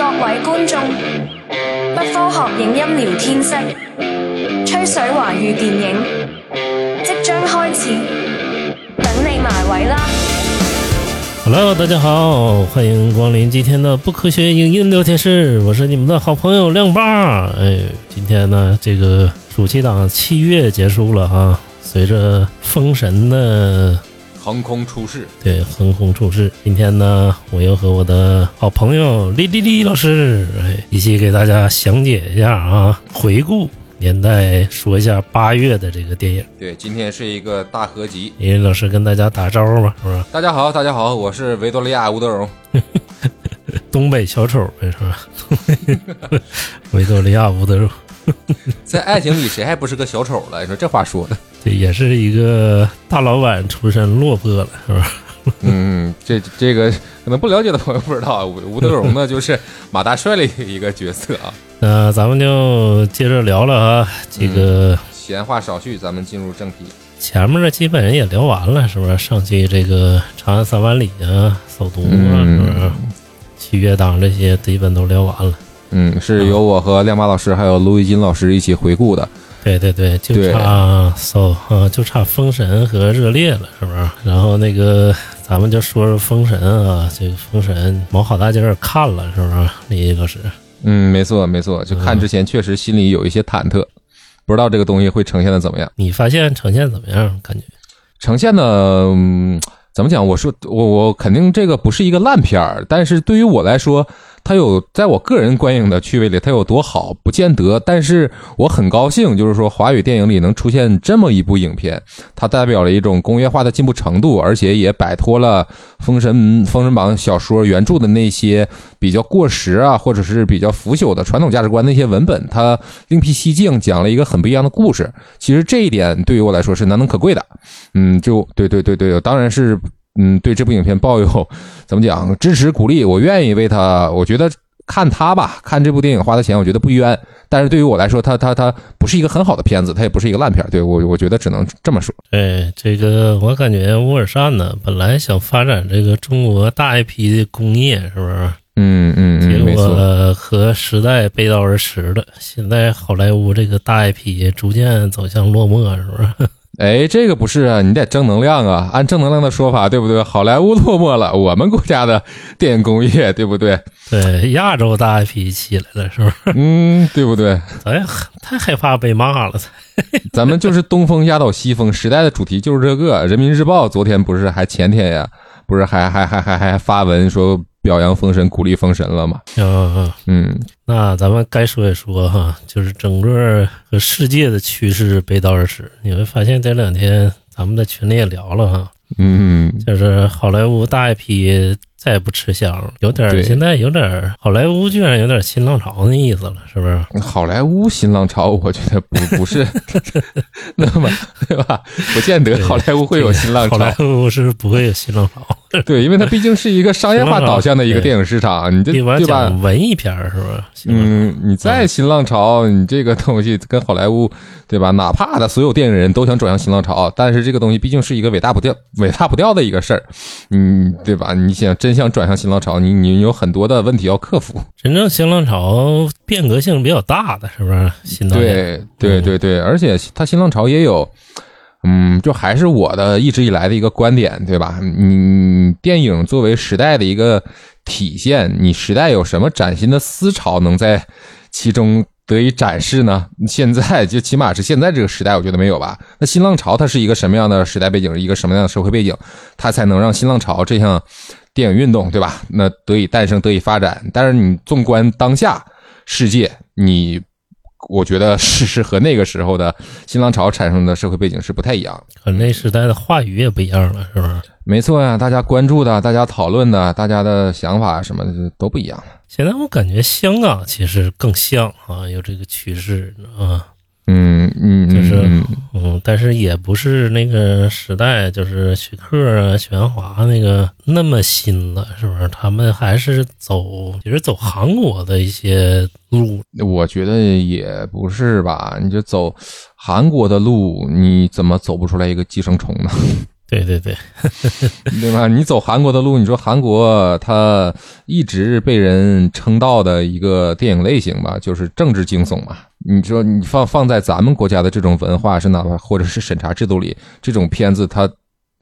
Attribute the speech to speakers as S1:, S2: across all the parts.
S1: 位觀眾，不科學影音聊天室吹水華語電影即將開始，等你埋位啦！
S2: Hello，大家好，欢迎光临今天的不科学影音聊天室，我是你们的好朋友亮爸。哎，今天呢，这个暑期档七月结束了啊，随着封神的
S3: 横空出世，
S2: 对横空出世，今天呢，我又和我的好朋友李丽丽老师，哎，一起给大家详解一下啊，回顾年代，说一下八月的这个电影。
S3: 对，今天是一个大合集。
S2: 李丽老师跟大家打招呼吧，是不是？
S3: 大家好，大家好，我是维多利亚吴德荣。
S2: 东北小丑呗，是吧？ 维多利亚·伍德荣，
S3: 在爱情里，谁还不是个小丑了？你说这话说的，
S2: 这也是一个大老板出身落魄了，是吧？
S3: 嗯，这这个可能不了解的朋友不知道，啊吴吴德荣呢，就是马大帅里的一个角色啊。
S2: 那咱们就接着聊了啊，这个
S3: 闲话少叙，咱们进入正题。
S2: 前面的基本也聊完了，是不是？上期这个《长安三万里》啊，《首都》啊，
S3: 嗯
S2: 是不是？七月党这些基本都聊完了。
S3: 嗯，是由我和亮马老师还有卢一金老师一起回顾的。
S2: 对对对，就
S3: 对
S2: 差搜啊，就差封神和热烈了，是不是？然后那个咱们就说说封神啊，这个封神往好大劲儿看了，是不是？李老师，
S3: 嗯，没错没错，就看之前确实心里有一些忐忑，不知道这个东西会呈现的怎么样。
S2: 你发现呈现怎么样？感觉
S3: 呈现的、嗯、怎么讲？我说我我肯定这个不是一个烂片儿，但是对于我来说，它有在我个人观影的趣味里，它有多好不见得。但是我很高兴，就是说华语电影里能出现这么一部影片，它代表了一种工业化的进步程度，而且也摆脱了《封神》《封神榜》小说原著的那些比较过时啊，或者是比较腐朽的传统价值观那些文本，它另辟蹊径，讲了一个很不一样的故事。其实这一点对于我来说是难能可贵的。嗯，就对对对对，当然是嗯对这部影片抱有怎么讲支持鼓励，我愿意为他，我觉得看他吧，看这部电影花的钱，我觉得不冤。但是对于我来说，它它它不是一个很好的片子，它也不是一个烂片儿，对我我觉得只能这么说。
S2: 对这个，我感觉乌尔善呢，本来想发展这个中国大 IP 的工业，是不是？
S3: 嗯嗯嗯，
S2: 结
S3: 没错，
S2: 果和时代背道而驰了。现在好莱坞这个大 IP 逐渐走向落寞，是不是？
S3: 哎，这个不是啊，你得正能量啊，按正能量的说法，对不对？好莱坞落寞了，我们国家的电影工业，对不对？
S2: 对，亚洲大 IP 起来了，是不是？
S3: 嗯，对不对？
S2: 咱哎太害怕被骂了，
S3: 咱们就是东风压倒西风，时代的主题就是这个。人民日报昨天不是还前天呀，不是还还还还还发文说表扬封神、鼓励封神了吗？
S2: 嗯嗯。
S3: 嗯，
S2: 那咱们该说也说哈，就是整个和世界的趋势背道而驰。你会发现这两天咱们在群里也聊了哈，
S3: 嗯，
S2: 就是好莱坞大 IP 再也不吃香了，有点儿
S3: 对
S2: 现在有点儿好莱坞居然有点儿新浪潮的意思了，是不是？
S3: 好莱坞新浪潮，我觉得不不是那么对吧？不见得好莱坞会有新浪
S2: 好莱
S3: 潮，
S2: 坞是不会有新浪潮，
S3: 对，因为它毕竟是一个商业化导向的一个电影市场，你这
S2: 一般
S3: 对吧？
S2: 讲文艺片儿是不是？新浪潮
S3: 嗯，你再新浪潮， 你这个东西跟好莱坞，对吧？哪怕的所有电影人都想转向新浪潮，但是这个东西毕竟是一个伟大不掉、伟大不掉的一个事儿，嗯，对吧？你想真想转向新浪潮，你你有很多的问题要克服。
S2: 真正新浪潮变革性比较大的，是不是？新导演
S3: 对对对对，而且它新浪潮也有，嗯，就还是我的一直以来的一个观点，对吧？你电影作为时代的一个体现，你时代有什么崭新的思潮能在其中得以展示呢？现在就起码是现在这个时代，我觉得没有吧。那新浪潮它是一个什么样的时代背景，一个什么样的社会背景，它才能让新浪潮这项电影运动，对吧？那得以诞生，得以发展。但是你纵观当下世界，你我觉得是是和那个时候的新浪潮产生的社会背景是不太一样的。
S2: 可那时代的话语也不一样了，是不是？
S3: 没错呀、大家关注的、大家讨论的、大家的想法什么的都不一样。
S2: 现在我感觉香港其实更像啊，有这个趋势啊，
S3: 嗯嗯，嗯
S2: 就是
S3: 嗯
S2: 嗯，但是也不是那个时代，就是徐克啊、许鞍华那个那么新了，是不是？他们还是走，其实走韩国的一些路，
S3: 我觉得也不是吧。你就走韩国的路，你怎么走不出来一个寄生虫呢？
S2: 对对对，
S3: 对吧？你走韩国的路，你说韩国它一直被人称道的一个电影类型吧，就是政治惊悚嘛。你说你放放在咱们国家的这种文化，是哪怕或者是审查制度里，这种片子它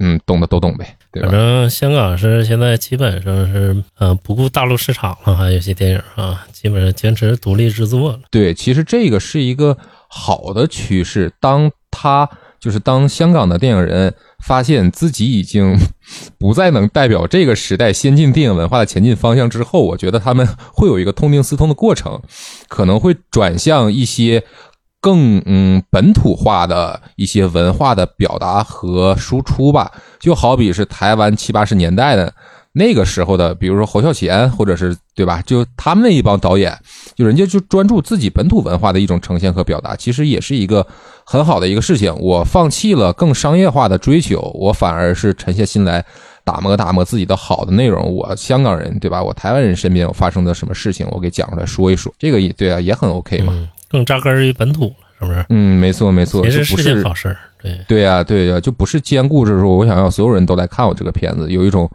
S3: 嗯懂的都懂呗，对
S2: 反
S3: 吧？
S2: 正香港是现在基本上是呃不顾大陆市场了，还有些电影啊，基本上坚持独立制作了。
S3: 对，其实这个是一个好的趋势。当他就是当香港的电影人发现自己已经不再能代表这个时代先进电影文化的前进方向之后，我觉得他们 会有一个痛定思痛的过程，可能会转向一些更嗯本土化的一些文化的表达和输出吧。就好比是台湾七八十年代的那个时候的，比如说侯孝贤，或者是对吧？就他们那一帮导演，就人家就专注自己本土文化的一种呈现和表达，其实也是一个很好的一个事情。我放弃了更商业化的追求，我反而是沉下心来打磨打磨自己的好的内容。我香港人对吧？我台湾人身边有发生的什么事情，我给讲出来说一说，这个也对啊，也很 OK 嘛。
S2: 嗯，更扎根于本土了，是不是？
S3: 嗯，没错没错，
S2: 其
S3: 就
S2: 实
S3: 不
S2: 是件好事儿。对，
S3: 对呀、对啊呀、就不是兼顾着说我想要所有人都来看我这个片子，有一种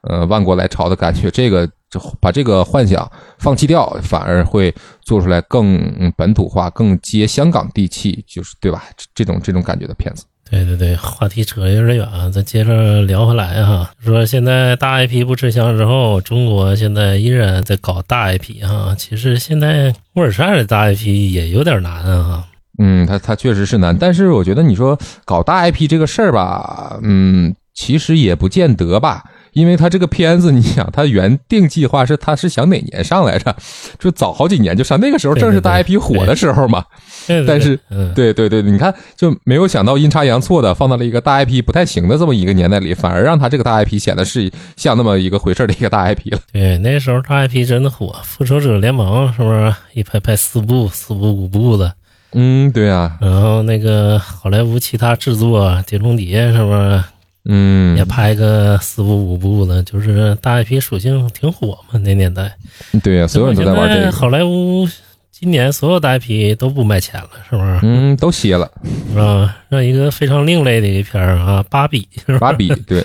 S3: 呃万国来朝的感觉。这个就把这个幻想放弃掉，反而会做出来更嗯本土化、更接香港地气，就是对吧？这这种这种感觉的片子。
S2: 对对对，话题扯有点远啊，咱接着聊回来哈、说现在大 IP 不吃香之后，中国现在依然在搞大 IP 哈、其实现在沃尔善的大 IP 也有点难啊。
S3: 嗯，它它确实是难，但是我觉得你说搞大 IP 这个事儿吧，嗯，其实也不见得吧，因为它这个片子，你想它原定计划是它是想哪年上来着？就早好几年就上，那个时候正是大
S2: 对对
S3: IP 火的时候嘛。
S2: 对对对
S3: 但是
S2: 嗯，
S3: 对对对，你看就没有想到阴差阳错的放到了一个大 IP 不太行的这么一个年代里，反而让他这个大 IP 显得是像那么一个回事儿的一个大 IP 了。
S2: 对，那时候大 IP 真的火，《复仇者联盟》是不是一拍拍四部、四部五部的？
S3: 嗯，对啊，
S2: 然后那个好莱坞其他制作《碟中谍》是不是
S3: 嗯
S2: 也，拍个四部五部的？就是大 IP 属性挺火嘛，那年代。
S3: 对啊，所有人都在玩这
S2: 现在
S3: 个，
S2: 好莱坞今年所有大 IP 都不卖钱了，是不是？
S3: 嗯，都歇了，
S2: 啊，让一个非常另类的一个片儿啊，《芭比》是吧？
S3: 芭比 对，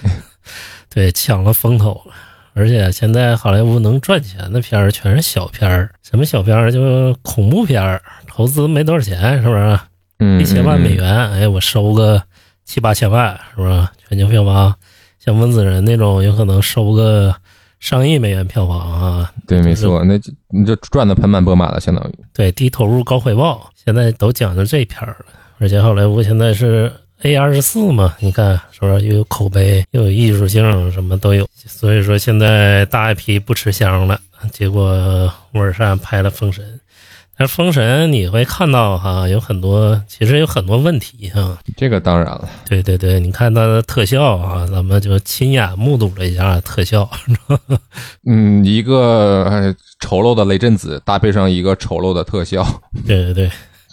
S2: 对，抢了风头了。而且现在好莱坞能赚钱的片儿全是小片儿，什么小片儿？就恐怖片儿，投资没多少钱，是不是？
S3: 嗯，
S2: 一千万美
S3: 嗯，
S2: 元，哎，我收个七八千万，是不是？全球票房，像温子仁那种，有可能收个上亿美元票房啊。
S3: 对，没错，那就你就赚的盆满钵满了，相当于，
S2: 对，低投入高回报，现在都讲究这片儿了。而且好莱坞现在是 A 二十四嘛，你看是不是又有口碑，又有艺术性，什么都有。所以说现在大 IP 不吃香了，结果沃尔善拍了《封神》。但是《封神》你会看到哈、有很多其实有很多问题哈、
S3: 这个当然了，
S2: 对对对，你看它的特效啊，咱们就亲眼目睹了一下特效。
S3: 嗯，一个哎丑陋的雷震子搭配上一个丑陋的特效，
S2: 对对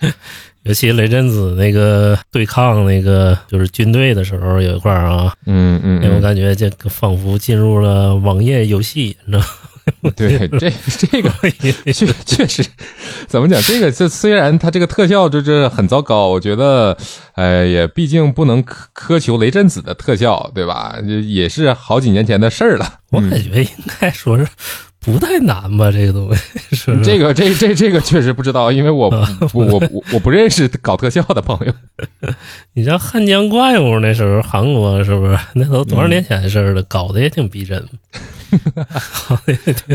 S2: 对， 尤其雷震子那个对抗那个就是军队的时候有一块儿啊，
S3: 嗯嗯
S2: 那我
S3: 嗯，
S2: 感觉这个仿佛进入了网页游戏，你知道吗？
S3: 对，这这个确确实，怎么讲？这个这虽然它这个特效就是很糟糕，我觉得，呃，也毕竟不能苛苛求雷震子的特效，对吧？也也是好几年前的事儿了。
S2: 我感觉应该说是不太难吧，这个东西 是不是？
S3: 这个这这这个确实不知道，因为我我我我我不认识搞特效的朋友。
S2: 你像汉江怪物那时候韩国是不是？那都多少年前的事儿了，搞得也挺逼真。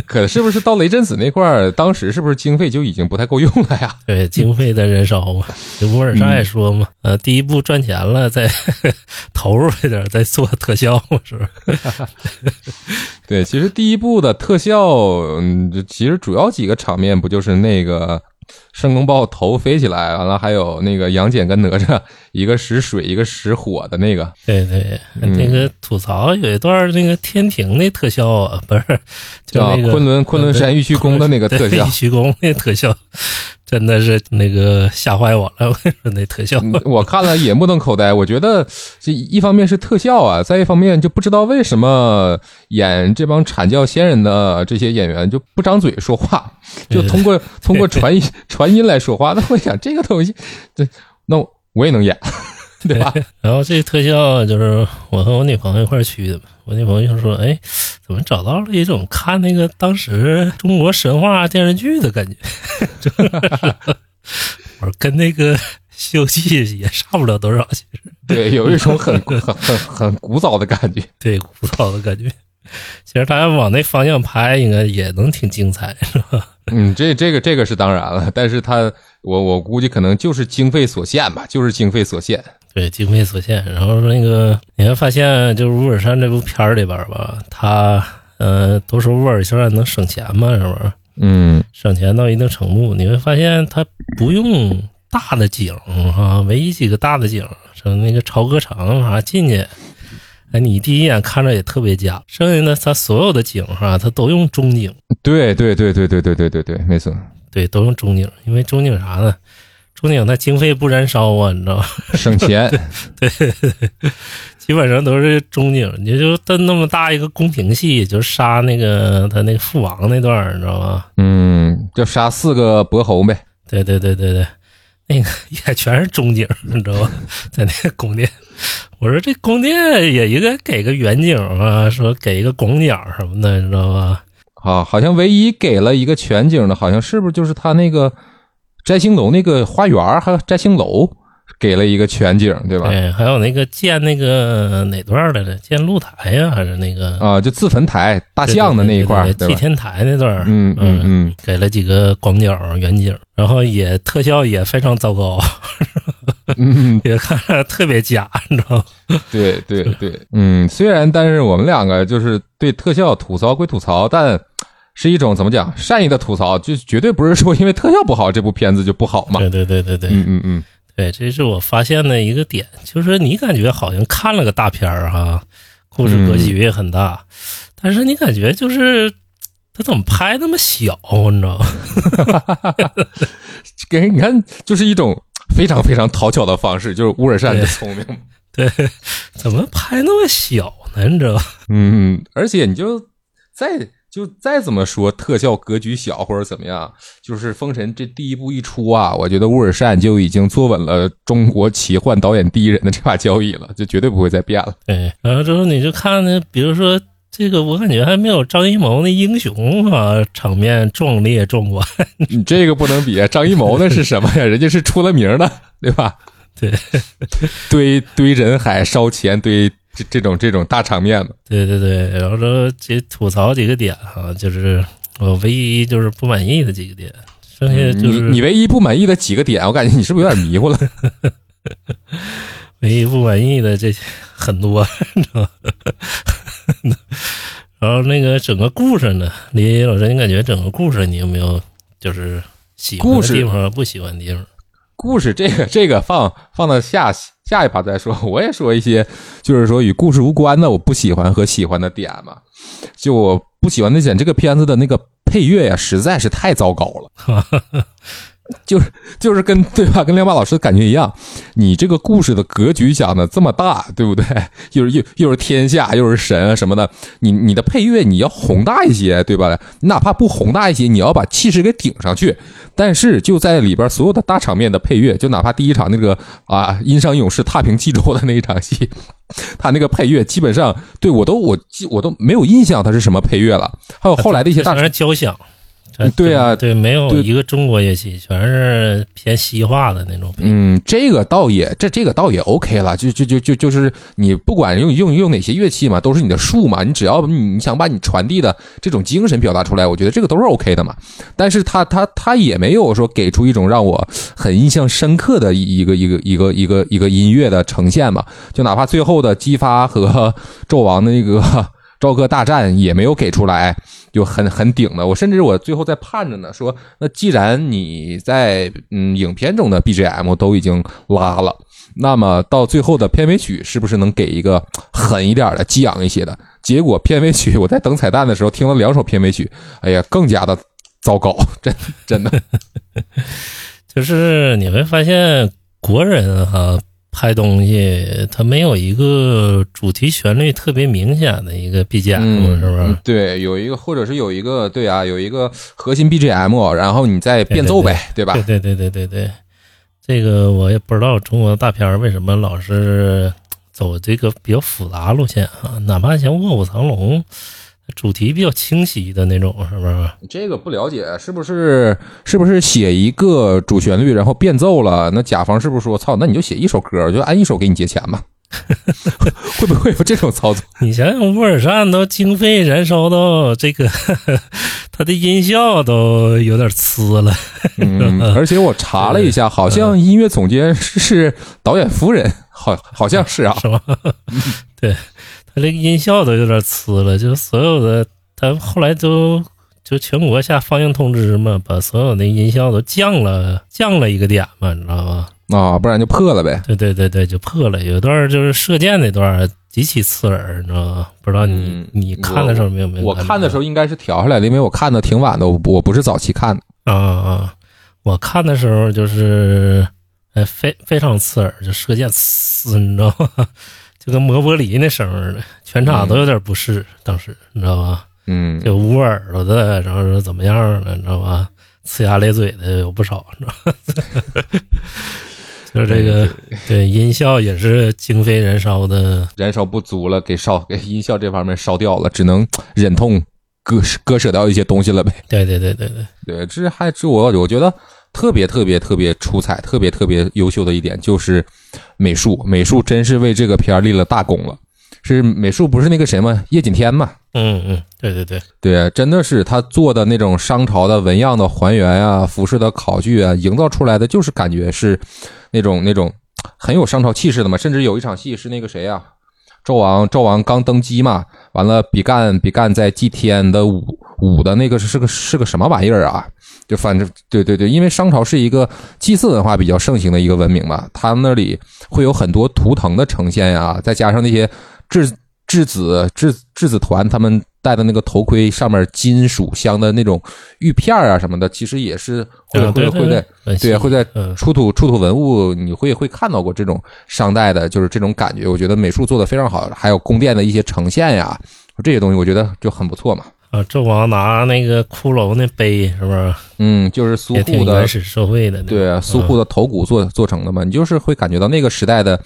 S3: 可是不是到雷震子那块儿，当时是不是经费就已经不太够用了呀？
S2: 对，经费在燃烧嘛。就沃尔善也说嘛，呃，第一步赚钱了，再 投入一点，再做特效嘛，是不是？
S3: 对，其实第一部的特效，嗯，这其实主要几个场面不就是那个申公豹头飞起来，完了还有那个杨戬跟哪吒，一个使水，一个使火的那个。
S2: 对对，那
S3: 嗯
S2: 个吐槽有一段那个天庭那特效啊， 不是，就
S3: 叫
S2: 那个
S3: 昆仑昆仑山玉虚宫的那个特效
S2: 对玉虚宫那特效，真的是那个吓坏我了。我 跟你说，那特效，
S3: 嗯我看了也目瞪口呆，我觉得这一方面是特效啊，再一方面就不知道为什么演这帮阐教仙人的这些演员就不张嘴说话，就通过通过传音传音来说话。那我想这个东西，这那我也能演。 对吧？
S2: 然后这特效就是我和我女朋友一块儿去的嘛，我女朋友就说：“哎，怎么找到了一种看那个当时中国神话电视剧的感觉？” 我说跟那个《西游记》也差不了多少，其实
S3: 对，有一种很很很很古早的感觉。
S2: 对古早的感觉。其实他要往那方向拍，应该也能挺精彩，是吧？
S3: 嗯，这这个这个是当然了，但是他我我估计可能就是经费所限吧，就是经费所限。
S2: 对，经费所限。然后那个你会发现，就是吴尔善这部片儿里边儿吧，他呃都说吴尔善能省钱嘛，是不是？
S3: 嗯
S2: 省钱到一定程度，你会发现他不用大的景啊，唯一几个大的景，像那个朝歌城啊进去，哎，你第一眼看着也特别假，剩下的他所有的景哈、他都用中景，，
S3: 对对对对对对对对对，没错，
S2: 对，都用中景，因为中景啥呢？中景它经费不燃烧啊，你知道吗？
S3: 省钱。
S2: 基本上都是中景，你就他那么大一个宫廷戏，就杀那个他那个父王那段儿，你知道吗？
S3: 嗯，就杀四个伯侯呗。
S2: 对对对对对，那个 也全是中景，你知道吧？ 在那个宫殿，我说这宫殿也应该给个远景啊，说给一个广角什么的，你知道吧？
S3: 啊，好像唯一给了一个全景的，好像是不是就是他那个摘星楼那个花园儿，还有摘星楼给了一个全景，对吧？
S2: 对，哎还有那个建那个哪段儿来着？建露台呀、还是那个
S3: 啊，就自焚台大
S2: 大
S3: 象的那一块儿，
S2: 祭
S3: 对吧？
S2: 天台那段儿？
S3: 嗯嗯嗯，
S2: 给了几个广角远景，然后也特效也非常糟糕，
S3: 嗯，
S2: 也看着特别假， 你知道吗？
S3: 对对对，嗯，虽然但是我们两个就是对特效吐槽归吐槽，但是一种怎么讲善意的吐槽，就绝对不是说因为特效不好这部片子就不好嘛。
S2: 对对对对对，
S3: 嗯嗯嗯，
S2: 对，这是我发现的一个点，就是你感觉好像看了个大片儿、哈，故事格局也很大，但是你感觉就是他怎么拍那么小，你知道吗？
S3: 给人你看就是一种非常非常讨巧的方式，就是乌尔善的聪明。
S2: 怎么拍那么小呢？你知道吗？
S3: 嗯，而且你就再就再怎么说特效格局小或者怎么样，就是《封神》这第一部一出啊，我觉得乌尔善就已经坐稳了中国奇幻导演第一人的这把交椅了，就绝对不会再变了。
S2: 对，然后之后你就看那，比如说这个，我感觉还没有张艺谋那英雄啊场面壮烈壮观。
S3: 你这个不能比，张艺谋那是什么 呀？人家是出了名的，对吧？
S2: 对，
S3: 堆堆人海、烧钱、堆这这种这种大场面嘛。
S2: 对对对，然后说这吐槽几个点哈、就是我唯一就是不满意的几个点，剩下就
S3: 嗯你
S2: 是
S3: 你唯一不满意的几个点，我感觉你是不是有点迷糊了？
S2: 唯一不满意的这些很多， 你知道吗？然后那个整个故事呢，李老师，你感觉整个故事你有没有就是喜欢
S3: 故
S2: 的
S3: 事
S2: 地方、不喜欢的地方？
S3: 故事这个这个放放到下下一趴再说，我也说一些就是说与故事无关的我不喜欢和喜欢的点嘛。就我不喜欢的点，这个片子的那个配乐呀、实在是太糟糕了，就是就是跟对吧，跟亮爸老师的感觉一样，你这个故事的格局想的这么大，对不对？又是又又是天下，又是神啊什么的，你你的配乐你要宏大一些，对吧？你哪怕不宏大一些，你要把气势给顶上去。但是就在里边所有的大场面的配乐，就哪怕第一场那个啊殷商勇士踏平冀州的那一场戏，他那个配乐基本上对我都我记我都没有印象它是什么配乐了。还有后来的一些大
S2: 全是交响。
S3: 嗯对啊
S2: 对，没有
S3: 对
S2: 一个中国乐器，全是偏西化的那种。
S3: 嗯，这个倒也这这个倒也 OK 了，就就就就就是你不管用用用哪些乐器嘛，都是你的术嘛，你只要你你想把你传递的这种精神表达出来，我觉得这个都是 OK 的嘛。但是他他他也没有说给出一种让我很印象深刻的一个一个一个一个一个音乐的呈现嘛，就哪怕最后的姬发和纣王的那个 朝歌大战也没有给出来，就很很顶的。我甚至我最后在盼着呢，说那既然你在嗯影片中的 BGM 都已经拉了，那么到最后的片尾曲是不是能给一个狠一点的、激昂一些的？结果片尾曲我在等彩蛋的时候听了两首片尾曲，哎呀，更加的糟糕， 真真的，
S2: 就是你会发现国人哈、拍东西，他没有一个主题旋律特别明显的一个 BGM，、是不是？
S3: 嗯对，有一个或者是有一个对啊，有一个核心 BGM，然后你再变奏呗，对吧？
S2: 对对对对对对，这个我也不知道中国大片儿为什么老是走这个比较复杂路线啊，哪怕像《卧虎藏龙》，主题比较清晰的那种，是不是？
S3: 这个不了解，是不是是不是写一个主旋律，然后变奏了？那甲方是不是说操，那你就写一首歌，我就按一首给你结钱吧？ 会不会有这种操作？
S2: 你想想，乌尔善都经费燃烧到这个， 它的音效都有点呲了。
S3: 嗯，而且我查了一下，好像音乐总监是是导演夫人，好好像是啊。
S2: 是吧？对，他这个音效都有点呲了，就是所有的，他后来都就全国下放映通知嘛，把所有的音效都降了，降了一个点嘛，你知道吗？
S3: 啊，不然就破了呗。
S2: 对对对对，就破了。有段儿就是射箭那段儿极其刺耳，你知道吗？不知道你、
S3: 嗯
S2: 你看的时候没有没有
S3: 我看的时
S2: 候
S3: 候应该是调下来的，因为我看的挺晚的，我我不是早期看的。
S2: 啊啊，我看的时候就是，哎，非非常刺耳，就射箭呲，你知道吗？ 就跟磨玻璃那声儿似的，全场都有点不适，当时你知道吗？
S3: 嗯，
S2: 就捂耳朵的，然后说怎么样了，你知道吧？呲牙咧嘴的有不少，你知道吧？ 就是这个，对音效也是经费燃烧的，
S3: 燃烧不足了，给烧给音效这方面烧掉了，只能忍痛割舍割舍掉一些东西了呗。
S2: 对对对对对，
S3: 对，这还是我我觉得特别特别特别出彩、特别特别优秀的一点，就是美术，美术真是为这个片儿立了大功了。是美术不是那个谁吗？叶锦添嘛？
S2: 嗯嗯，对对对，
S3: 对，真的是他做的那种商朝的纹样的还原啊，服饰的考据啊，营造出来的就是感觉是那种那种很有商朝气势的嘛。甚至有一场戏是那个谁啊，纣王纣王刚登基嘛，完了比干比干在祭天的舞舞的那个是是个是个什么玩意儿啊？就反正对对对，因为商朝是一个祭祀文化比较盛行的一个文明嘛，他们那里会有很多图腾的呈现呀、再加上那些质质子质质子团他们戴的那个头盔上面金属镶的那种玉片儿啊什么的，其实也是会
S2: 啊
S3: 会
S2: 对
S3: 会在
S2: 对
S3: 对会在
S2: 嗯
S3: 出土出土文物，你会会看到过这种商代的，就是这种感觉。我觉得美术做的非常好，还有宫殿的一些呈现呀，这些东西我觉得就很不错嘛。
S2: 啊，纣王拿那个骷髅那碑是不是
S3: 嗯，就是苏
S2: 也
S3: 护
S2: 挺
S3: 的
S2: 原始社会的那个？啊
S3: 对，啊苏护的头骨做做成的嘛，你就是会感觉到那个时代的，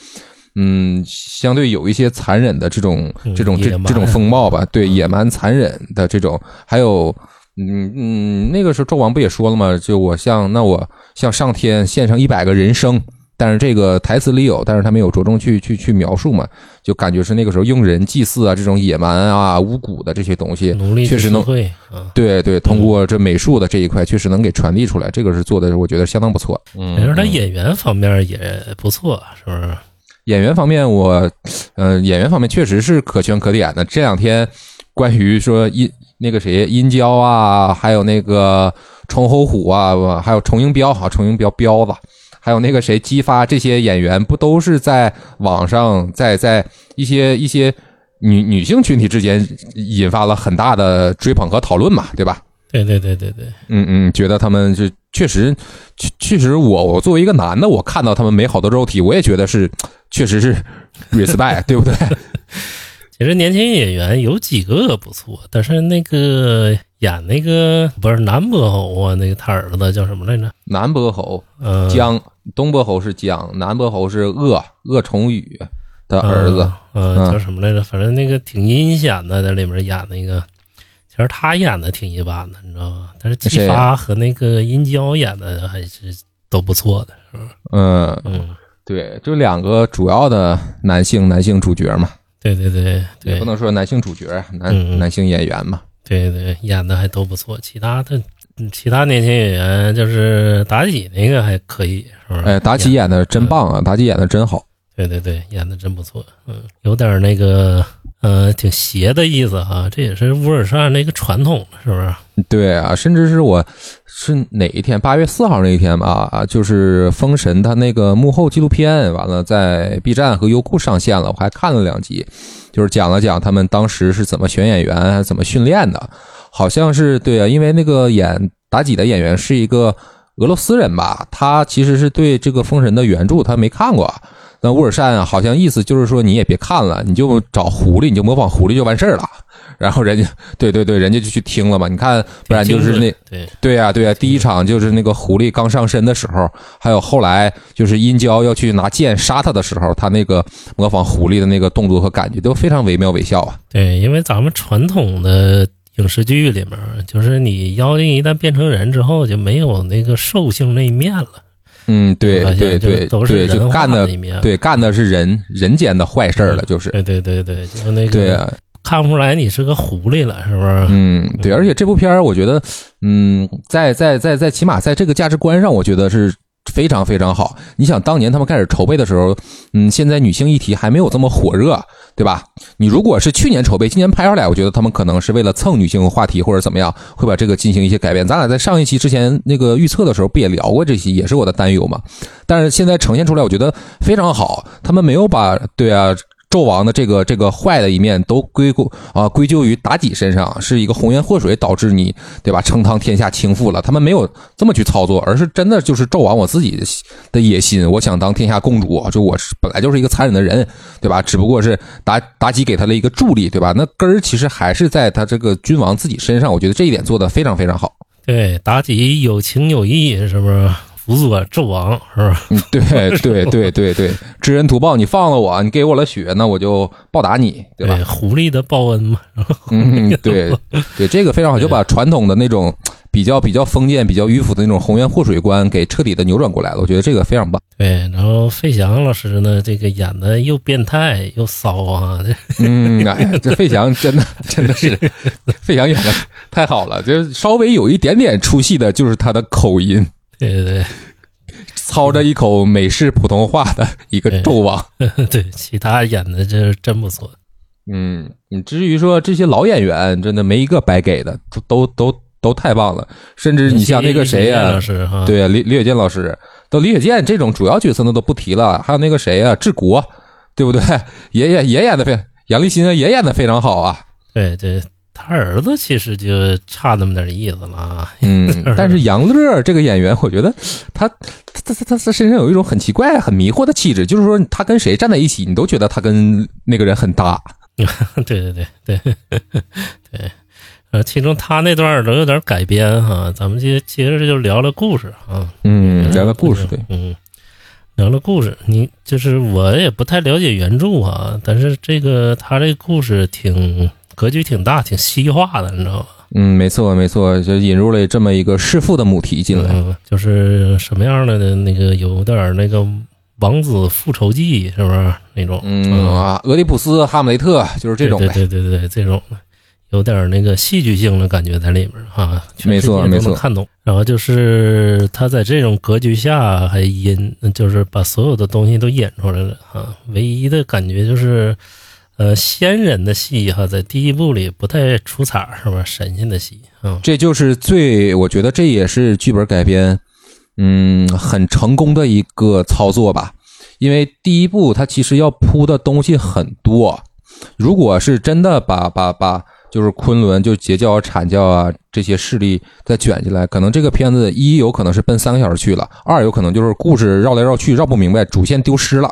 S3: 嗯，相对有一些残忍的这种
S2: 嗯
S3: 这种这
S2: 野蛮嗯
S3: 这种风貌吧，对，野蛮残忍的这种，还有，嗯嗯，那个时候纣王不也说了嘛，就我向那我向上天献上一百个人生。但是这个台词里有，但是他没有着重去去去描述嘛，就感觉是那个时候用人祭祀啊，这种野蛮啊、巫蛊的这些东西，
S2: 奴隶
S3: 确
S2: 制
S3: 实
S2: 社
S3: 能
S2: 会啊，
S3: 对对，通过这美术的这一块，确实能给传递出来，这个是做的，我觉得相当不错。嗯
S2: 没事，他演员方面也不错，是不是？
S3: 演员方面我，呃，演员方面确实是可圈可点的。这两天关于说殷那个谁殷郊啊，还有那个崇侯虎啊，不还有崇英彪啊，崇英彪彪子，还有那个谁姬发这些演员，不都是在网上在在一些一些女女性群体之间引发了很大的追捧和讨论嘛，对吧？
S2: 对对对对对，
S3: 嗯嗯，觉得他们是确实，确确实我我作为一个男的，我看到他们美好的肉体，我也觉得是确实是 respect，对不 对？
S2: 其实年轻演员有几个不错，但是那个演那个不是南伯侯啊，那个他儿子叫什么来着？
S3: 南伯侯
S2: 嗯、
S3: 姜，东伯侯是姜，南伯侯是鄂鄂崇禹的儿子。
S2: 嗯，
S3: 嗯
S2: 叫什么来着？反正那个挺阴险的，在里面演那个，其实他演的挺一般的，你知道吗？但是姬
S3: 谁啊
S2: 发
S3: 呀
S2: 和那个殷郊演的还是都不错的，
S3: 嗯，
S2: 嗯，
S3: 对，就两个主要的男性男性主角嘛，
S2: 对对对
S3: 也
S2: 对
S3: 不能说男性主角，男、
S2: 嗯嗯
S3: 男性演员嘛。
S2: 对对，演的还都不错。其他的嗯其他年轻演员就是妲己那个还可以，是不是？
S3: 哎，妲己演的真棒啊，
S2: 嗯
S3: 妲己演的真好。
S2: 对对对，演的真不错，嗯，有点那个，呃，挺邪的意思哈，这也是乌尔善那个传统，是不是？
S3: 对啊，甚至是我是哪一天，八月四号那一天吧，啊就是《封神》它那个幕后纪录片，完了在 B 站和优酷上线了，我还看了两集，就是讲了讲他们当时是怎么选演员，怎么训练的，好像是对啊，因为那个演妲己的演员是一个俄罗斯人吧，他其实是对这个《封神》的原著他没看过。啊那乌尔善好像意思就是说，你也别看了，你就找狐狸，你就模仿狐狸就完事儿了。然后人家对对对，人家就去听了嘛。你看，不然啊就是那
S2: 对
S3: 对呀、对呀、啊第一场就是那个狐狸刚上身的时候，还有后来就是殷郊要去拿剑杀他的时候，他那个模仿狐狸的那个动作和感觉都非常惟妙惟肖啊。
S2: 对，因为咱们传统的影视剧里面，就是你妖精一旦变成人之后，就没有那个兽性那一面了，
S3: 嗯，对
S2: 发
S3: 对
S2: 现就
S3: 对
S2: 都是
S3: 对，就
S2: 人化
S3: 干
S2: 的
S3: 的
S2: 那一面了。
S3: 对干的是人人间的坏事儿了，就是
S2: 对对对对，就那个
S3: 对啊，
S2: 看不出来你是个狐狸了，是不是？
S3: 嗯，对，而且这部片儿，我觉得，嗯，在在在在，起码在这个价值观上，我觉得是非常非常好。你想，当年他们开始筹备的时候，嗯，现在女性议题还没有这么火热，对吧？你如果是去年筹备，今年拍出来，我觉得他们可能是为了蹭女性话题或者怎么样，会把这个进行一些改变。咱俩在上一期之前那个预测的时候，不也聊过这些，也是我的担忧嘛。但是现在呈现出来，我觉得非常好，他们没有把对啊。纣王的这个这个坏的一面都归过啊归咎于妲己身上，是一个红颜祸水导致你对吧称堂天下倾覆了。他们没有这么去操作，而是真的就是纣王我自己的野心，我想当天下共主，就我是本来就是一个残忍的人，对吧？只不过是妲妲己给他的一个助力，对吧？那根儿其实还是在他这个君王自己身上，我觉得这一点做的非常非常好。
S2: 对，妲己有情有义，是不是？辅佐纣王，是不是？
S3: 嗯，对对对对对，知恩图报，你放了我，你给我了血，那我就报答你，对吧？
S2: 狐狸的报恩嘛。
S3: 嗯，对对，这个非常好，就把传统的那种比较比较封建、比较迂腐的那种红颜祸水观给彻底的扭转过来了。我觉得这个非常棒。
S2: 对，然后费翔老师呢，这个演的又变态又骚啊，这
S3: 嗯，哎呀，这费翔真的真的是费翔演的太好了，就是稍微有一点点出戏的，就是他的口音，
S2: 对对
S3: 操着一口美式普通话的一个纣王。
S2: 对对，其他演的这是真不错。
S3: 嗯，你至于说这些老演员，真的没一个白给的，都都都都太棒了。甚至你像那个谁呀、
S2: 老师哈，
S3: 对啊，李李雪健老师，都李雪健这种主要角色那都不提了，还有那个谁啊，治国，对不对？也也也演的非，杨立新啊也演的非常好啊。
S2: 对对，他儿子其实就差那么点意思了啊。
S3: 嗯，但是杨乐这个演员，我觉得他他他他他身上有一种很奇怪、很迷惑的气质，就是说他跟谁站在一起，你都觉得他跟那个人很搭。
S2: 对对对对对，呃，其中他那段儿都有点改编哈，咱们接接着就聊聊故事啊。
S3: 嗯，聊聊故事，对，
S2: 嗯，聊聊故事。你就是我也不太了解原著啊，但是这个他这故事挺格局挺大，挺西化的，你知道吗？
S3: 嗯，没错没错，就引入了这么一个弑父的母题进来。
S2: 嗯，就是什么样的那个有点儿那个王子复仇记，是不是那种？
S3: 嗯啊，俄狄浦斯、哈姆雷特就是这种呗。
S2: 对对对对对，这种的有点儿那个戏剧性的感觉在里面儿啊，全
S3: 没
S2: 世
S3: 错
S2: 界都
S3: 没
S2: 能
S3: 错
S2: 看懂。然后就是他在这种格局下还引，就是把所有的东西都演出来了啊。唯一的感觉就是，呃，仙人的戏哈、在第一部里不太出彩儿，是吧？神仙的戏啊，
S3: 这就是最，我觉得这也是剧本改编，嗯，很成功的一个操作吧。因为第一部它其实要铺的东西很多，如果是真的把把把就是昆仑就截教啊、阐教啊这些势力再卷进来，可能这个片子一有可能是奔三个小时去了，二有可能就是故事绕来绕去绕不明白，主线丢失了。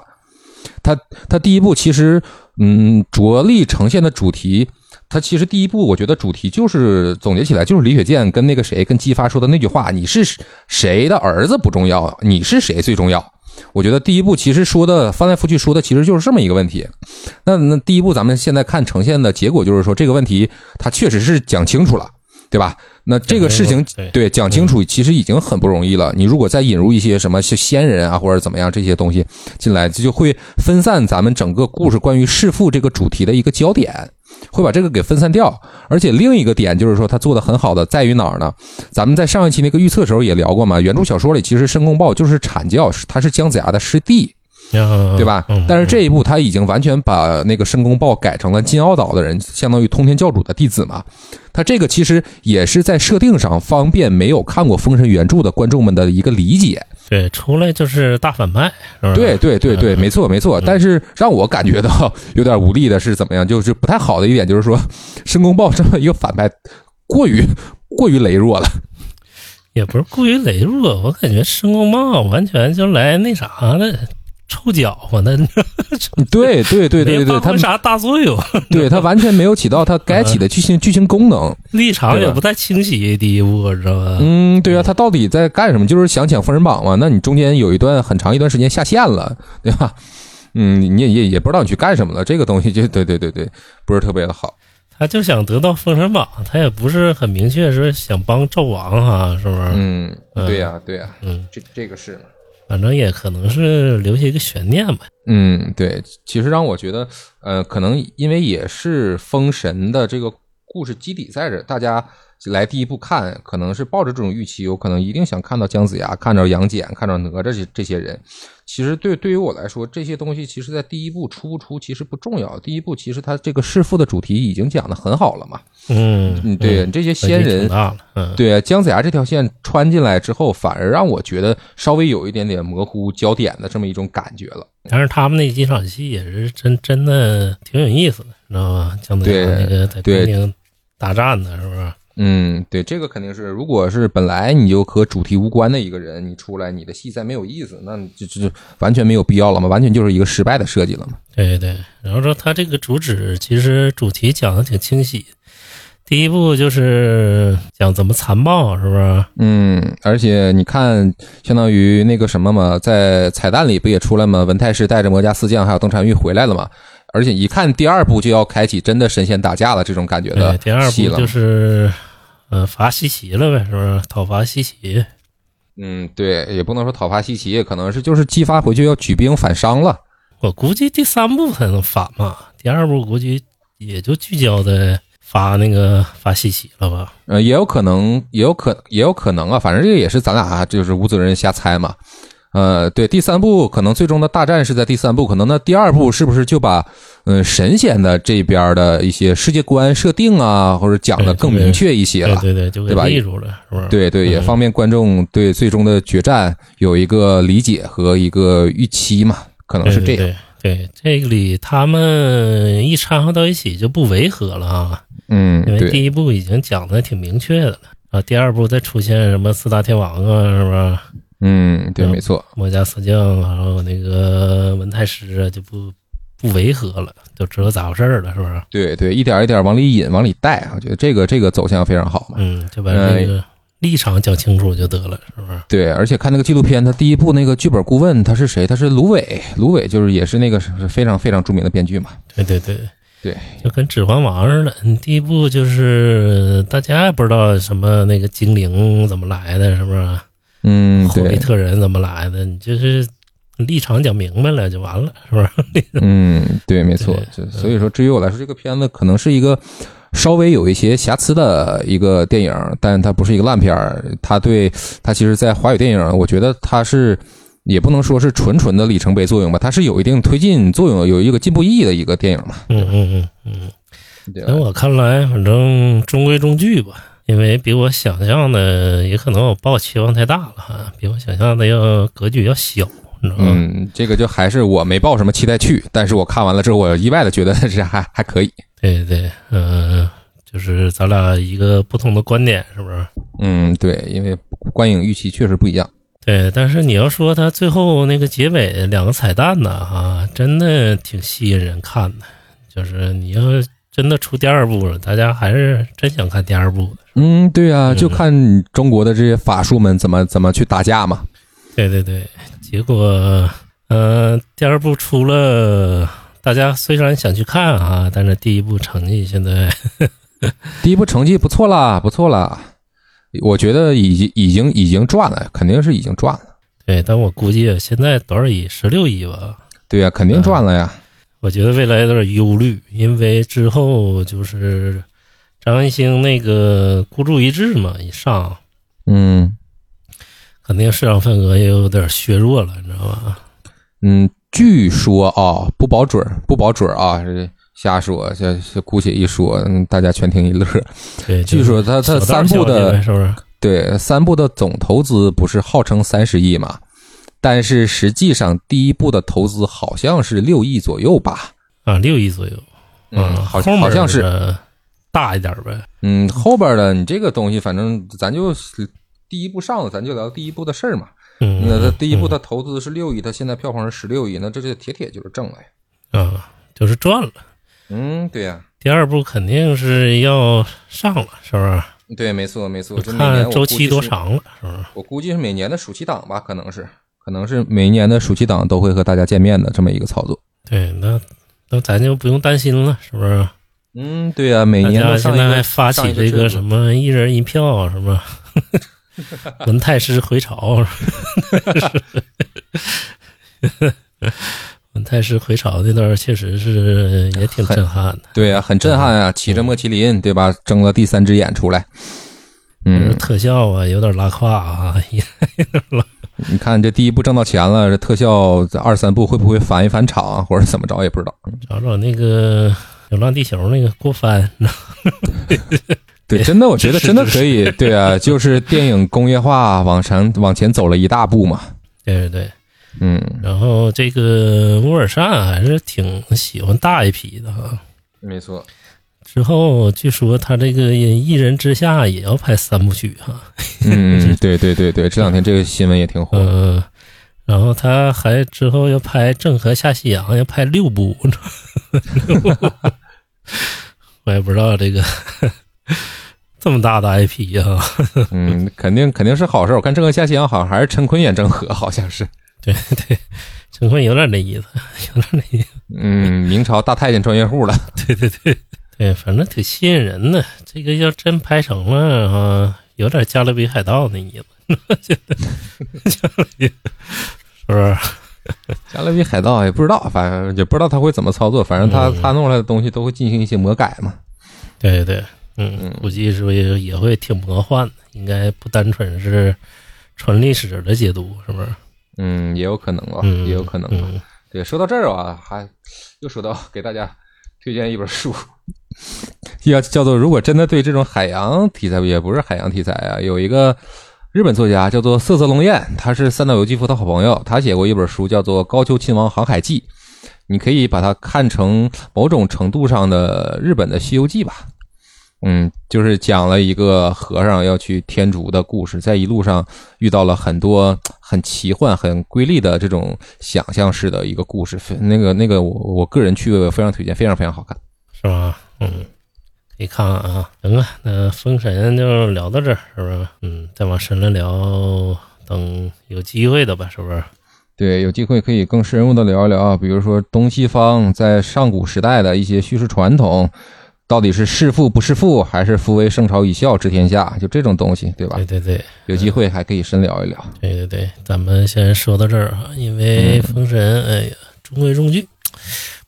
S3: 它它第一部其实嗯着力呈现的主题它其实第一部，我觉得主题就是总结起来，就是李雪健跟那个谁跟姬发说的那句话：“你是谁的儿子不重要，你是谁最重要。”我觉得第一部其实说的翻来覆去说的其实就是这么一个问题。那那第一部咱们现在看呈现的结果就是说这个问题它确实是讲清楚了，对吧？那这个事情
S2: 对
S3: 对讲清楚其实已经很不容易了。你如果再引入一些什么是仙人啊或者怎么样这些东西进来，这就会分散咱们整个故事关于弑父这个主题的一个焦点。会把这个给分散掉。而且另一个点就是说，他做的很好的在于哪儿呢？咱们在上一期那个预测时候也聊过嘛，原著小说里其实申公豹就是阐教，是他是姜子牙的师弟，对
S2: 对
S3: 吧
S2: 嗯、？
S3: 但是这一部他已经完全把那个申公豹改成了金鳌岛的人，相当于通天教主的弟子嘛。他这个其实也是在设定上方便没有看过《封神》原著的观众们的一个理解。
S2: 嗯对出来就是大反派，是吧？
S3: 对对对对，
S2: 嗯
S3: 没错没错。但是让我感觉到有点无力的是怎么样？就是不太好的一点就是说，申公豹这么一个反派过于过于羸弱了。
S2: 也不是故意羸弱，我感觉申公豹完全就来那啥的，臭脚嘛，那
S3: 对对对对
S2: 没
S3: 对，
S2: 发
S3: 他
S2: 挥啥大作用，
S3: 对他完全没有起到他该起的剧情剧情功能。
S2: 立场
S3: 对
S2: 也
S3: 吧
S2: 不太清晰，第一步知道吧？
S3: 嗯，对啊，他到底在干什么？就是想抢封神榜嘛。那你中间有一段很长一段时间下线了， 对吧？嗯，你也也也不知道你去干什么了，这个东西就对对对对，不是特别的好。
S2: 他就想得到封神榜，他也不是很明确说想帮纣王哈、是不是？
S3: 嗯，
S2: 嗯
S3: 对呀、对呀、
S2: 嗯，
S3: 这这个是。
S2: 反正也可能是留下一个悬念吧。
S3: 嗯，对，其实让我觉得，呃，可能因为也是封神的这个故事基底在这儿，大家来第一部看，可能是抱着这种预期，有可能一定想看到姜子牙，看到杨戬，看到哪吒这这些人。其实对对于我来说，这些东西其实在第一部出不出其实不重要，第一部其实它这个弑父的主题已经讲的很好了嘛。
S2: 嗯，
S3: 嗯，对
S2: 嗯，
S3: 你这些仙
S2: 问题
S3: 人
S2: 挺，大了，嗯，
S3: 对啊姜子牙这条线穿进来之后，反而让我觉得稍微有一点点模糊焦点的这么一种感觉了。
S2: 但是他们那几场戏也是真真的挺有意思的，你知道吧？姜子牙
S3: 对
S2: 那个在
S3: 对
S2: 宫廷大战呢，是不是？
S3: 嗯，对，这个肯定是，如果是本来你就和主题无关的一个人，你出来你的戏再没有意思，那你就就就完全没有必要了嘛，完全就是一个失败的设计了嘛。
S2: 对对，然后说他这个主旨其实主题讲的挺清晰，第一步就是讲怎么残暴，是不是？
S3: 嗯，而且你看，相当于那个什么嘛，在彩蛋里不也出来嘛，文太师带着魔家四将还有邓婵玉回来了嘛，而且一看第二部就要开启真的神仙打架了这种感觉的
S2: 对，哎第二
S3: 戏
S2: 步
S3: 了
S2: 就
S3: 嘛。
S2: 是呃罚西岐了呗，是不是？讨伐西岐，
S3: 嗯，对，也不能说讨伐西岐，可能是就是姬发回去要举兵反商了。
S2: 我估计第三部才能发嘛，第二部估计也就聚焦在发那个发西岐了吧。
S3: 呃，也有可能，也有可，也有可能啊。反正这个也是咱俩就是无责任瞎猜嘛。呃，对，第三部可能最终的大战是在第三部，可能那第二部是不是就把嗯、呃神仙的这边的一些世界观设定啊，或者讲
S2: 对
S3: 的更
S2: 对
S3: 明确一些
S2: 对
S3: 了？
S2: 对对，就给
S3: 对吧
S2: 立住了，是不是？
S3: 对对，也
S2: 嗯
S3: 方便观众对最终的决战有一个理解和一个预期嘛，可能
S2: 对，
S3: 是这样。
S2: 对对，对这里他们一掺和到一起就不违和了啊，
S3: 嗯，
S2: 因为
S3: 对，
S2: 第一部已经讲的挺明确的了啊，第二部再出现什么四大天王啊，是不是？
S3: 嗯，对，
S2: 嗯
S3: 没错。
S2: 墨家四将，然后那个文太师啊，就不不违和了，就知道咋回事儿了，是不是？
S3: 对对，一点一点往里引，往里带，啊我觉得这个这个走向非常好嘛。
S2: 嗯，就把这个立场讲清楚就得了，是不是？
S3: 对，而且看那个纪录片，他第一部那个剧本顾问他是谁？他是芦苇，芦苇就是也是那个是非常非常著名的编剧嘛。
S2: 对对对
S3: 对，
S2: 就跟《指环王》似的，你第一部就是大家也不知道什么那个精灵怎么来的，是不是？
S3: 嗯，
S2: 霍比
S3: 对，
S2: 特人怎么来的？你就是立场讲明白了就完了，是不是？
S3: 嗯，对，没错。就所以说，至于我来说，这个片子可能是一个稍微有一些瑕疵的一个电影，但它不是一个烂片儿。它对它其实，在华语电影，我觉得它是。也不能说是纯纯的里程碑作用吧，它是有一定推进作用，有一个进步意义的一个电影嘛。
S2: 嗯嗯嗯嗯。
S3: 对吧
S2: 在我看来，反正中规中矩吧，因为比我想象的，也可能我抱期望太大了哈，比我想象的要格局要小，你知道吗？
S3: 嗯，这个就还是我没抱什么期待去，但是我看完了之后，我意外的觉得是还 还可以。
S2: 对对，嗯、就是咱俩一个不同的观点，是不是？
S3: 嗯，对，因为观影预期确实不一样。
S2: 对，但是你要说他最后那个结尾两个彩蛋呢，啊，真的挺吸引人看的。就是你要真的出第二部了，大家还是真想看第二部的。
S3: 嗯，对啊，
S2: 嗯
S3: 就看中国的这些法术们怎么怎么去打架嘛。
S2: 对对对，结果，呃，第二部出了，大家虽然想去看啊，但是第一部成绩现在，
S3: 第一部成绩不错啦，不错啦，我觉得已经已经已经赚了，肯定是已经赚了。
S2: 对，但我估计现在多少亿，十六亿吧，
S3: 对呀、肯定赚了呀。
S2: 我觉得未来有点忧虑，因为之后就是张艺兴那个孤注一掷嘛，一上。
S3: 嗯
S2: 肯定市场份额也有点削弱了，你知道吧？
S3: 嗯，据说啊、不保准儿，不保准儿啊，这瞎说，这这姑且一说，嗯，大家全听一乐。
S2: 对，
S3: 据说他
S2: 就是小道
S3: 他三部
S2: 消息
S3: 的
S2: 呗是不是？
S3: 对，三部的总投资不是号称三十亿嘛？但是实际上第一部的投资好像是六亿左右吧？
S2: 啊，六亿左右，
S3: 嗯，好
S2: 后面
S3: 好像是，
S2: 是大一点呗。
S3: 嗯，后边的你这个东西，反正咱就第一部上了，咱就聊第一部的事儿嘛。
S2: 嗯，
S3: 那他第一部他投资是六亿，他现在票房是十六亿，那这就铁铁就是挣了呀。
S2: 啊，就是赚了。
S3: 嗯，对呀、
S2: 第二部肯定是要上了，是不是？
S3: 对，没错没错，
S2: 就
S3: 这每年
S2: 看
S3: 我
S2: 周
S3: 估计
S2: 期多
S3: 是
S2: 长了，是不是？
S3: 我估计是每年的暑期档吧，可能是，可能是每年的暑期档都会和大家见面的这么一个操作。
S2: 对，那那咱就不用担心了，是不是？
S3: 嗯，对呀、每
S2: 大
S3: 年
S2: 家
S3: 都上
S2: 现
S3: 一
S2: 在
S3: 个
S2: 还发起这个什
S3: 么，
S2: 么一人一票，啊什 么文太师回朝， 文太师回朝那段儿确实是也挺震撼的，
S3: 对呀、很震撼
S2: 嗯
S3: 啊！骑着莫麒麟，对吧？睁了第三只眼出来。
S2: 就是
S3: 嗯，
S2: 特效啊有点拉胯啊， 也
S3: 你看这第一部挣到钱了，这特效这二三部会不会翻一翻场啊或者怎么着也不知道。
S2: 找找那个《流浪地球》那个郭帆，
S3: 对，
S2: 对
S3: 真的，我觉得
S2: 是
S3: 真的
S2: 是
S3: 可以。对啊，就是电影工业化往前往前走了一大步嘛。
S2: 对对对。
S3: 嗯
S2: 然后这个乌尔善还是挺喜欢大 IP 的哈。
S3: 没错。
S2: 之后据说他这个《一人之下》也要拍三部曲哈。
S3: 嗯，对对对对，这两天这个新闻也挺 火。
S2: 嗯，然后他还之后要拍《郑和下西洋》，要拍六部，六部 我也不知道这个 这么大的 IP 啊，
S3: 嗯，肯定肯定是好事儿。我看《郑和下西洋》好像还是陈坤演郑和，好像是。
S2: 对对，陈坤有点那意思，有点那意思，
S3: 嗯，明朝大太监专业户了。
S2: 对对对对，反正挺吸引人的。这个要真拍成了啊，有点《加勒比海盗》那意思， 加勒比是
S3: 加勒比海盗也不知道，反正也不知道他会怎么操作，反正他、
S2: 嗯
S3: 他弄出来的东西都会进行一些魔改嘛。
S2: 不是？对对，嗯，估计是不是也也会挺魔幻的，应该不单纯是纯历史的解读，是不是？
S3: 嗯，也有可能吧，
S2: 嗯，
S3: 也有可能吧。
S2: 嗯，
S3: 对，说到这儿啊，还又说到给大家推荐一本书，要叫做如果真的对这种海洋题材，也不是海洋题材啊，有一个日本作家叫做色泽龙彦，他是三岛由纪夫的好朋友，他写过一本书叫做《高丘亲王航海记》，你可以把它看成某种程度上的日本的《西游记》吧。嗯，就是讲了一个和尚要去天竺的故事，在一路上遇到了很多很奇幻、很瑰丽的这种想象式的一个故事。非那个那个我，我个人趣味我非常推荐，非常非常好看。
S2: 是吧？嗯，可以看看啊。行啊，那封神就聊到这儿，是不是？嗯，再往深了聊，等有机会的吧，是不是？
S3: 对，有机会可以更深入的聊一聊啊，比如说东西方在上古时代的一些叙事传统，到底是弑父不弑父，还是父为圣朝以孝治天下，就这种东西，对吧
S2: 对？对对
S3: 有机会还可以深聊一聊。
S2: 对对对，咱们先说到这儿啊，因
S3: 嗯
S2: 为封神，哎呀，中规中矩，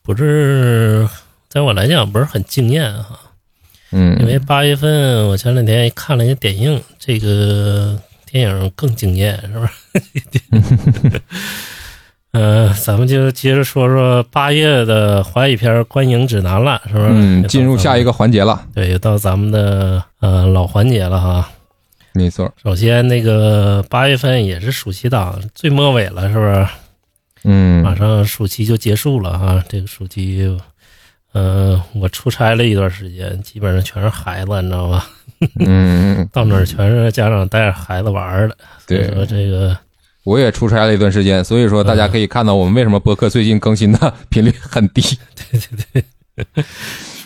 S2: 不是，在我来讲不是很惊艳啊。因
S3: 嗯
S2: 为八月份我前两天看了一个点映，这个电影更惊艳，是吧？ 呃，咱们就接着说说八月的华语片观影指南了，是不是？
S3: 嗯，进入下一
S2: 个，
S3: 个环节了，
S2: 对，又到咱们的呃老环节了哈。
S3: 没错。
S2: 首先，那个八月份也是暑期档最末尾了，是不是？
S3: 嗯
S2: 马上暑期就结束了哈，这个暑期，呃，我出差了一段时间，基本上全是孩子，你知道 吧？
S3: 嗯，
S2: 到哪儿全是家长带着孩子玩儿的。
S3: 对
S2: 所以说这个
S3: 我也出差了一段时间，所以说大家可以看到我们为什么播客最近更新的频率很低。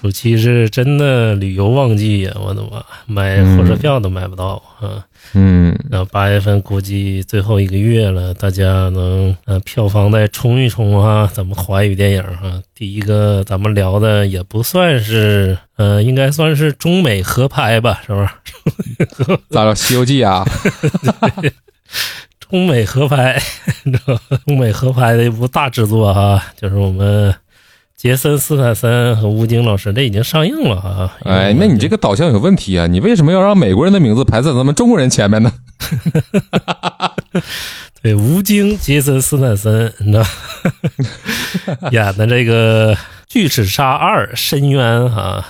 S2: 暑期是真的旅游旺季呀，我的妈，买火车票都买不到啊！
S3: 嗯，
S2: 那八月份估计最后一个月了，大家能呃票房再冲一冲啊！咱们华语电影啊，第一个咱们聊的也不算是呃，应该算是中美合拍吧，是不是？
S3: 咋了，《西游记》啊？
S2: 中美合拍， 你知道吗中美合拍的一部大制作啊，就是我们杰森·斯坦森和吴京老师，这已经上映了啊。
S3: 哎，那你这个导向有问题啊！你为什么要让美国人的名字排在咱们中国人前面呢？
S2: 对吴京、杰森·斯坦森，你 知道演的这个《巨齿鲨二：深渊》啊，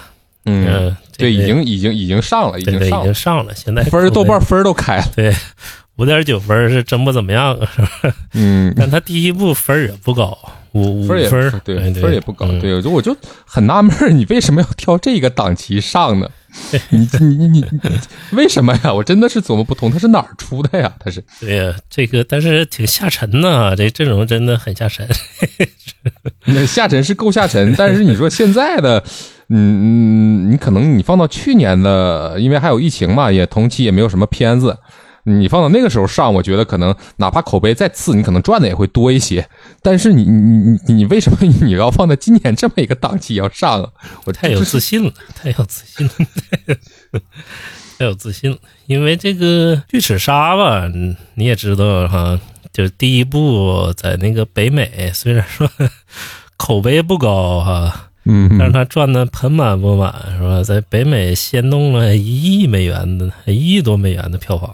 S3: 嗯，
S2: 呃这
S3: 对，
S2: 个
S3: 已经已经已经上了，已
S2: 对
S3: 经
S2: 对已
S3: 上
S2: 经
S3: 了，
S2: 上了，现在
S3: 分儿豆瓣分儿都开了。
S2: 对五点九分是真不怎么样，是吧？
S3: 嗯
S2: 但他第一部分儿也不高，五五
S3: 分儿也
S2: 分儿
S3: 对
S2: 哎对
S3: 分儿也不高，
S2: 嗯
S3: 对，我就我就很纳闷儿，你为什么要挑这个档期上呢？你你你你为什么呀？我真的是琢磨不通，它是哪儿出的呀？它是
S2: 对呀，这个但是挺下沉呐，这阵容真的很下沉。
S3: 那 下沉是够下沉， 但是你说现在的，嗯，嗯你可能你放到去年的，因为还有疫情嘛，也同期也没有什么片子，你放到那个时候上，我觉得可能哪怕口碑再次，你可能赚的也会多一些。但是你你你你你为什么你要放在今年这么一个档期要上啊？我
S2: 太有自信了，太有自信了，太有自信了。因为这个《巨齿鲨》吧，嗯你也知道哈，就是第一部在那个北美，虽然说口碑不高哈，
S3: 嗯，
S2: 但是它赚的盆满钵满，是吧？在北美掀动了一亿美元的，一亿多美元的票房，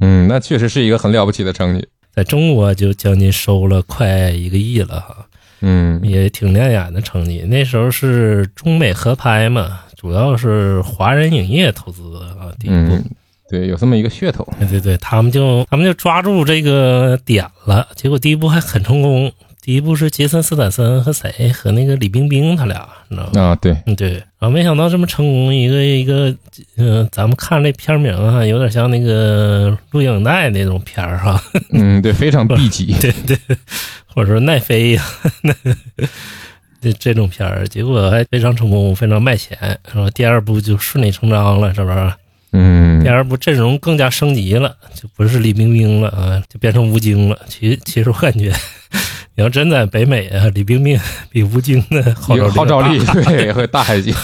S3: 嗯，那确实是一个很了不起的成绩。
S2: 在中国就将近收了快一个亿了哈。
S3: 嗯
S2: 也挺亮眼的成绩。那时候是中美合拍嘛，主要是华人影业投资的啊，第一部。
S3: 嗯，对，有这么一个噱头。
S2: 对对对，他们就他们就抓住这个点了，结果第一部还很成功。第一部是杰森斯坦森和谁和那个李冰冰他俩，你知道吗？
S3: 啊，对，
S2: 嗯，对，然后没想到这么成功，一个一个，嗯、咱们看这片名啊，有点像那个录影带那种片儿、哈，
S3: 嗯，对，非常 B 级。
S2: 对对，或者说奈飞呀、 那这这种片儿，结果还非常成功，非常卖钱，然后第二部就顺理成章了，是不是？
S3: 嗯
S2: 第，二部阵容更加升级了，就不是李冰冰了啊，就变成吴京了。其实其实我感觉， 你要真在北美啊，李冰冰比吴京的号召
S3: 有
S2: 力
S3: 号召力
S2: 大，
S3: 对，会大 一些。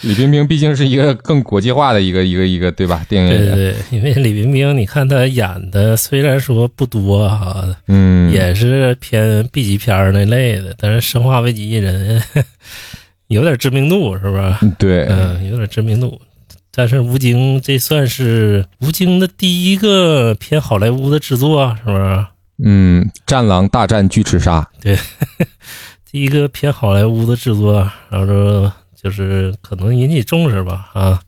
S3: 李冰冰毕竟是一个更国际化的一个一个一 个，对吧？电影
S2: 对
S3: 演
S2: 对
S3: 员，
S2: 对，因为李冰冰，你看她演的虽然说不多哈、
S3: 嗯，
S2: 也是偏 B 级片儿那类的，但是《生化危机》人 有点知名度，是不是？
S3: 对，
S2: 嗯，有点知名度。但是吴京这算是吴京的第一个偏好莱坞的制作啊，是不是？
S3: 嗯，战狼大战巨齿鲨，
S2: 第一个偏好莱坞的制作，啊然后说就是可能引起重视吧，啊，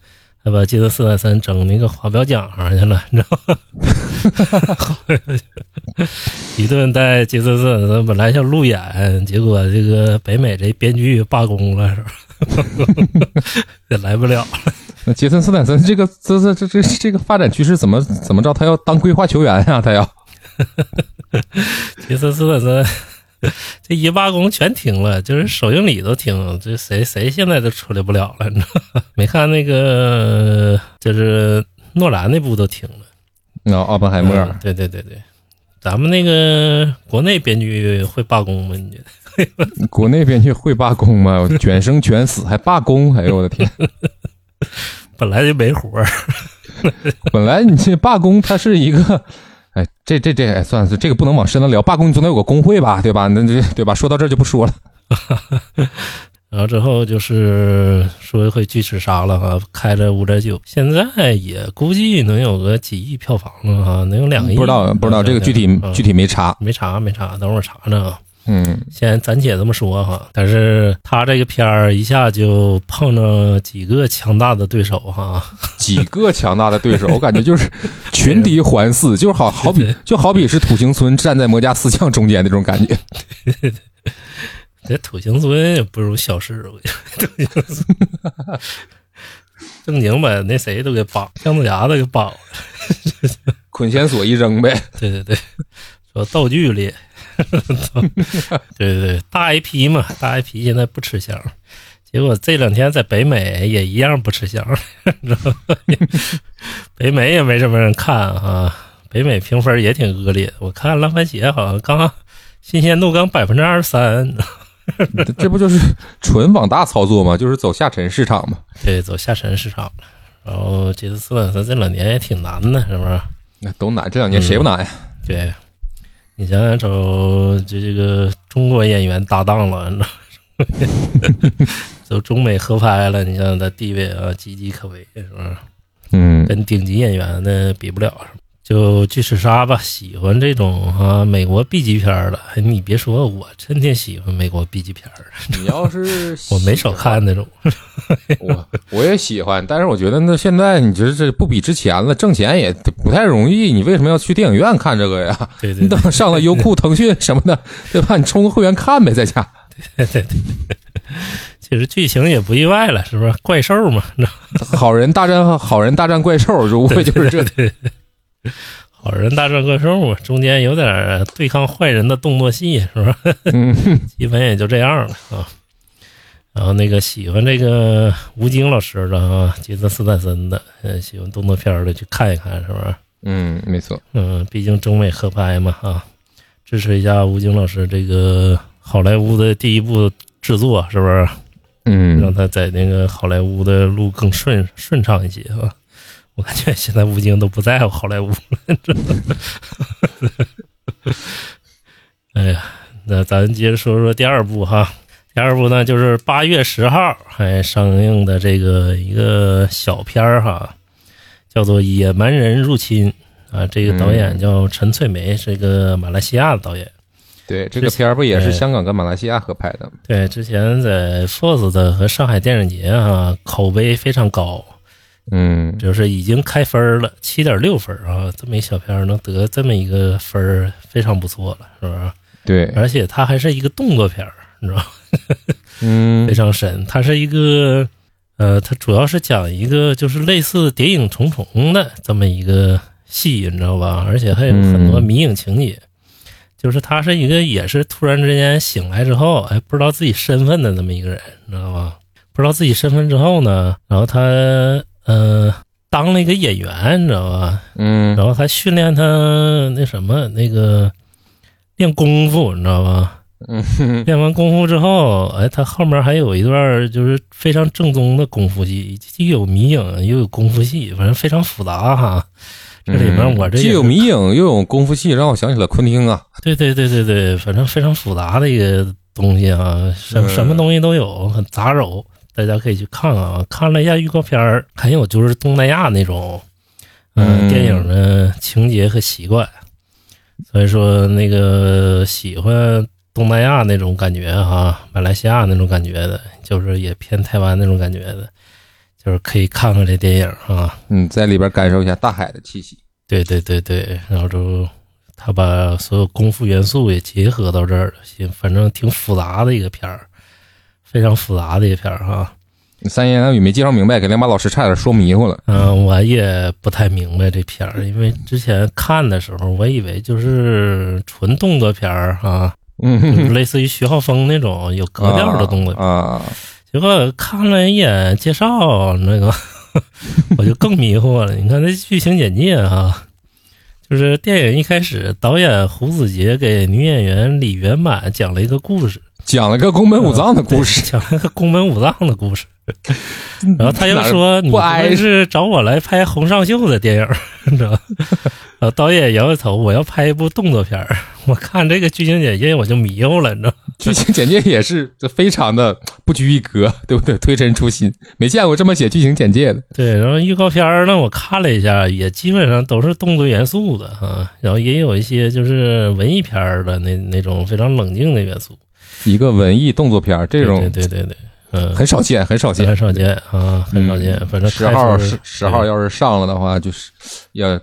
S2: 还把杰森斯坦森整那个华表奖上去了，你知道吗？ 一顿带杰森斯坦森本来想路演，结果这个北美这编剧罢工了，是吧？ 也来不了，
S3: 那杰森斯坦森这个这这这这这个发展趋势怎么怎么着？他要当规划球员啊，他要，
S2: 杰森斯坦森。这一罢工全停了，就是首映礼都停了，这谁谁现在都出来不了了，你知道吗？没看那个，就是诺兰那部都停了。
S3: 那奥本海默
S2: 嗯对对对对，咱们那个国内编剧会罢工吗？你觉得？
S3: 国内编剧会罢工吗？卷生卷死还罢工，哎呦我的天！
S2: 本来就没活儿，
S3: 本来你这罢工，它是一个，哎，这这这，哎，算了，这个不能往深了聊。罢工你总得有个工会吧，对吧？那这对吧？说到这儿就不说了。
S2: 然后之后就是说会巨齿鲨了哈，开了五点九，现在也估计能有个几亿票房了哈，能有两个亿。
S3: 不知道不知道这个具体
S2: 嗯
S3: 具体没查。
S2: 没查没查，等会儿查查啊。
S3: 嗯
S2: 先暂且这么说哈，但是他这个片儿一下就碰着几个强大的对手哈，
S3: 几个强大的对手，我感 觉就是群敌环伺，就是好好比就好比是土行孙站在魔家四将中间那种感觉。
S2: 这土行孙也不如小世，我跟你说，土行孙 正经把那谁都给绑，姜子牙都给绑了。
S3: 捆仙索一扔呗，
S2: 对对 对，说道具里， 对对对，大 IP 嘛，大 IP 现在不吃香，结果这两天在北美也一样不吃香， 知道吧北美也没什么人看啊，北美评分也挺恶劣，我看烂番茄好像刚新鲜度刚百分之二十三。 嗯
S3: 这这不就是纯往大操作吗？就是走下沉市场嘛。
S2: 对，走下沉市场了。然后杰森斯坦森这两年也挺难的，是不是？
S3: 那都难，这两
S2: 嗯
S3: 年谁不难呀？
S2: 对，你想想找这这个中国演员搭档了， 你知道吗走中美合拍了，你想想他地位啊岌岌可危，是不是？
S3: 嗯
S2: 跟顶级演员呢比不了。就巨齿鲨吧，喜欢这种啊美国 B 级片儿的。哎你别说，我天天喜欢美国 B 级片儿，
S3: 你要是
S2: 我没少看那种。
S3: 我我也喜欢，但是我觉得那现在你觉得这不比之前了，挣钱也不太容易，你为什么要去电影院看这个呀？
S2: 对对
S3: 你等上了优酷、腾讯什么的，对吧？你充个会员看呗，在家。
S2: 其实剧情也不意外了，是不是？怪兽嘛，那
S3: 好人大战好人大战怪兽，就无非就是这。
S2: 好人大战怪兽嘛，中间有点儿对抗坏人的动作戏，是不是？
S3: 嗯，
S2: 基本也就这样了啊。然后那个喜欢这个吴京老师的啊，杰森斯坦森的，呃，喜欢动作片儿的去看一看，是不是？
S3: 嗯，没错。
S2: 嗯，毕竟中美合拍嘛，啊，支持一下吴京老师这个好莱坞的第一部制作，是不是？让
S3: 嗯，
S2: 他在那个好莱坞的路更顺顺畅一些啊。我感觉现在吴京都不在乎好莱坞了，真的。 哎呀，那咱接着说说第二部哈。第二部呢，就是八月十号还上映的这个一个小片儿哈，叫做《野蛮人入侵》啊。这个导演叫陈翠梅，是个马来西亚的导演。
S3: 对，这个片儿不也是香港跟马来西亚合拍的吗？
S2: 对，之前在 FOSS 的和上海电影节啊，口碑非常高，
S3: 嗯，
S2: 就是已经开分儿了，七点六分儿啊，这么一小片儿能得这么一个分儿，非常不错了，是不是？
S3: 对，
S2: 而且它还是一个动作片儿，你知道吗？
S3: 嗯
S2: 非，常神，它是一个，呃，它主要是讲一个就是类似谍影重重的这么一个戏，你知道吧？而且还有很多
S3: 嗯
S2: 迷影情节，就是他是一个也是突然之间醒来之后，哎，不知道自己身份的这么一个人，你知道吗？不知道自己身份之后呢，然后他呃当了一个演员，你知道吧？
S3: 嗯
S2: 然后还训练他那什么那个练功夫，你知道吗？
S3: 嗯，
S2: 练完功夫之后，哎，他后面还有一段就是非常正宗的功夫戏，既有迷影又有功夫戏，反正非常复杂哈。这里边我这
S3: 嗯既
S2: 也是
S3: 有迷影又有功夫戏，让我想起了昆汀啊。
S2: 对对对对对，反正非常复杂的一个东西啊，什
S3: 嗯
S2: 什么东西都有，很杂糅，大家可以去看看啊。看了一下预告片儿，还有就是东南亚那种，嗯，
S3: 嗯
S2: 电影的情节和习惯，所以说那个喜欢东南亚那种感觉哈、马来西亚那种感觉的，就是也偏台湾那种感觉的，就是可以看看这电影啊。
S3: 嗯，在里边感受一下大海的气息。
S2: 对对对对，然后就他把所有功夫元素也结合到这儿了，行反正挺复杂的一个片儿，非常复杂的一个片儿哈。
S3: 三言两语没介绍明白，给亮马老师差点说迷糊 了。
S2: 嗯、我也不太明白这片儿，因为之前看的时候，我以为就是纯动作片儿啊，就是
S3: 嗯，
S2: 类似于徐浩峰那种有格调的动作片儿。
S3: 啊，
S2: 结果看了一眼介绍，那个 我就更迷惑了。你看那剧情简介啊，就是电影一开始，导演胡子杰给女演员李圆满讲了一个故事，
S3: 讲了个宫本武藏的故事，
S2: 讲了个宫本武藏的故事。然后他又说：“你
S3: 不挨
S2: 会是找我来拍洪尚秀的电影儿， 你知道吗？”然后导演摇摇头：“我要拍一部动作片儿。” 我看这个剧情简介我就迷糊了，你知道吗。
S3: 剧情简介也是这非常的不拘一格，对不对？推陈出新，没见过这么写剧情简介的。
S2: 对，然后预告片儿呢，我看了一下，也基本上都是动作元素的啊，然后也有一些就是文艺片儿的那那种非常冷静的元素，
S3: 一个文艺动作片儿，这
S2: 对
S3: 种
S2: 对对对，嗯，
S3: 很少见，很少见
S2: 很。少见啊，很少见，反正
S3: 嗯十
S2: 开
S3: 号
S2: 分
S3: 十十号要是上了的话，就是要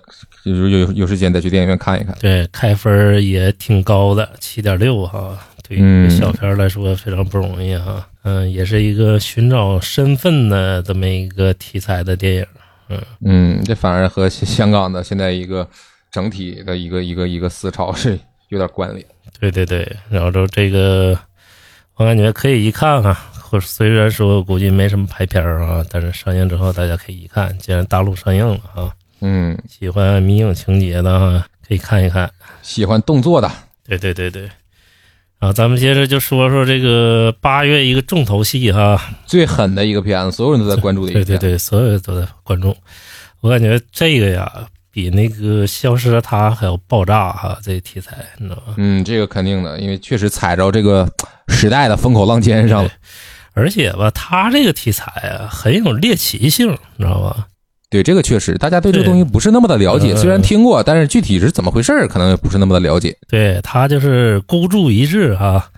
S3: 就是有有有时间再去电影院看一看。
S2: 对开分儿也挺高的，七点六哈，对于一个
S3: 嗯
S2: 小片儿来说非常不容易哈，嗯，也是一个寻找身份的这么一个题材的电影。
S3: 嗯，这反而和香港的现在一个整体的一个一个一个思潮是有点关联。
S2: 对对对，然后就这个，我感觉可以一看啊。或虽然说估计没什么排片儿啊，但是上映之后大家可以一看。既然大陆上映了啊，
S3: 嗯，
S2: 喜欢迷影情节的啊，可以看一看。
S3: 喜欢动作的，
S2: 对对对对，啊，咱们接着就说说这个八月一个重头戏哈、
S3: 最狠的一个片子，所有人都在关注的一
S2: 对
S3: 个
S2: 对
S3: 片子。
S2: 对，所有人都在观众，我感觉这个呀比那个《消失的她》还要爆炸哈、这个题材你知道吗？
S3: 嗯，这个肯定的，因为确实踩着这个时代的风口浪尖上了。
S2: 而且吧，他这个题材啊，很有猎奇性，你知道吧？
S3: 对，这个确实，大家对这个
S2: 对
S3: 东西不是那么的了解，
S2: 嗯
S3: 虽然听过，但是具体是怎么回事儿，可能也不是那么的了解。
S2: 对他就是孤注一掷啊。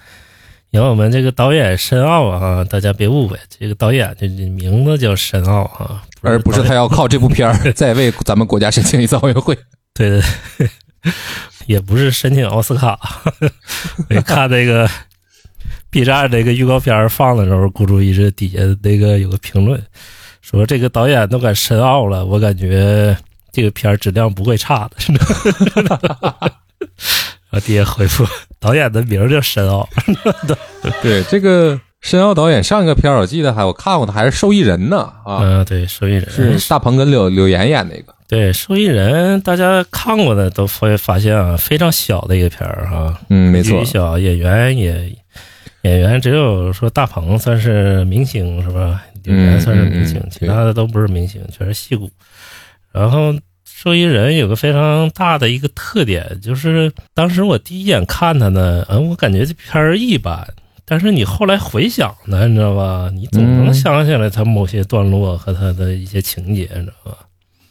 S2: 然后我们这个导演申奥啊，大家别误会，这个导演这这名字叫申奥啊，
S3: 而不是
S2: 导演
S3: 他要靠这部片 儿再为咱们国家申请一次奥运会。
S2: 对对，对 也不是申请奥斯卡。 我看那个 B 站那个预告片儿放的时候，孤注一掷底下那个有个评论说，这个导演都敢申奥了，我感觉这个片儿质量不会差的。 然后底下回复，导演的名儿叫申奥，
S3: 对，这个申奥导演上一个片儿，我记得还我看过他，还是受益人呢啊，
S2: 嗯、对，受益人
S3: 是大鹏跟柳柳岩演那个。
S2: 对受益人，大家看过的都会发现啊，非常小的一个片儿啊，
S3: 嗯，没错
S2: 于，小演员也演员只有说大鹏算是明星是吧？演员算是明星，
S3: 嗯嗯嗯
S2: 其他的都不是明星，全是戏骨。然后受益人有个非常大的一个特点，就是当时我第一眼看他呢，嗯，我感觉这片儿一般。但是你后来回想呢，你知道吧？你总能
S3: 嗯
S2: 想起来他某些段落和他的一些情节，你知道吧？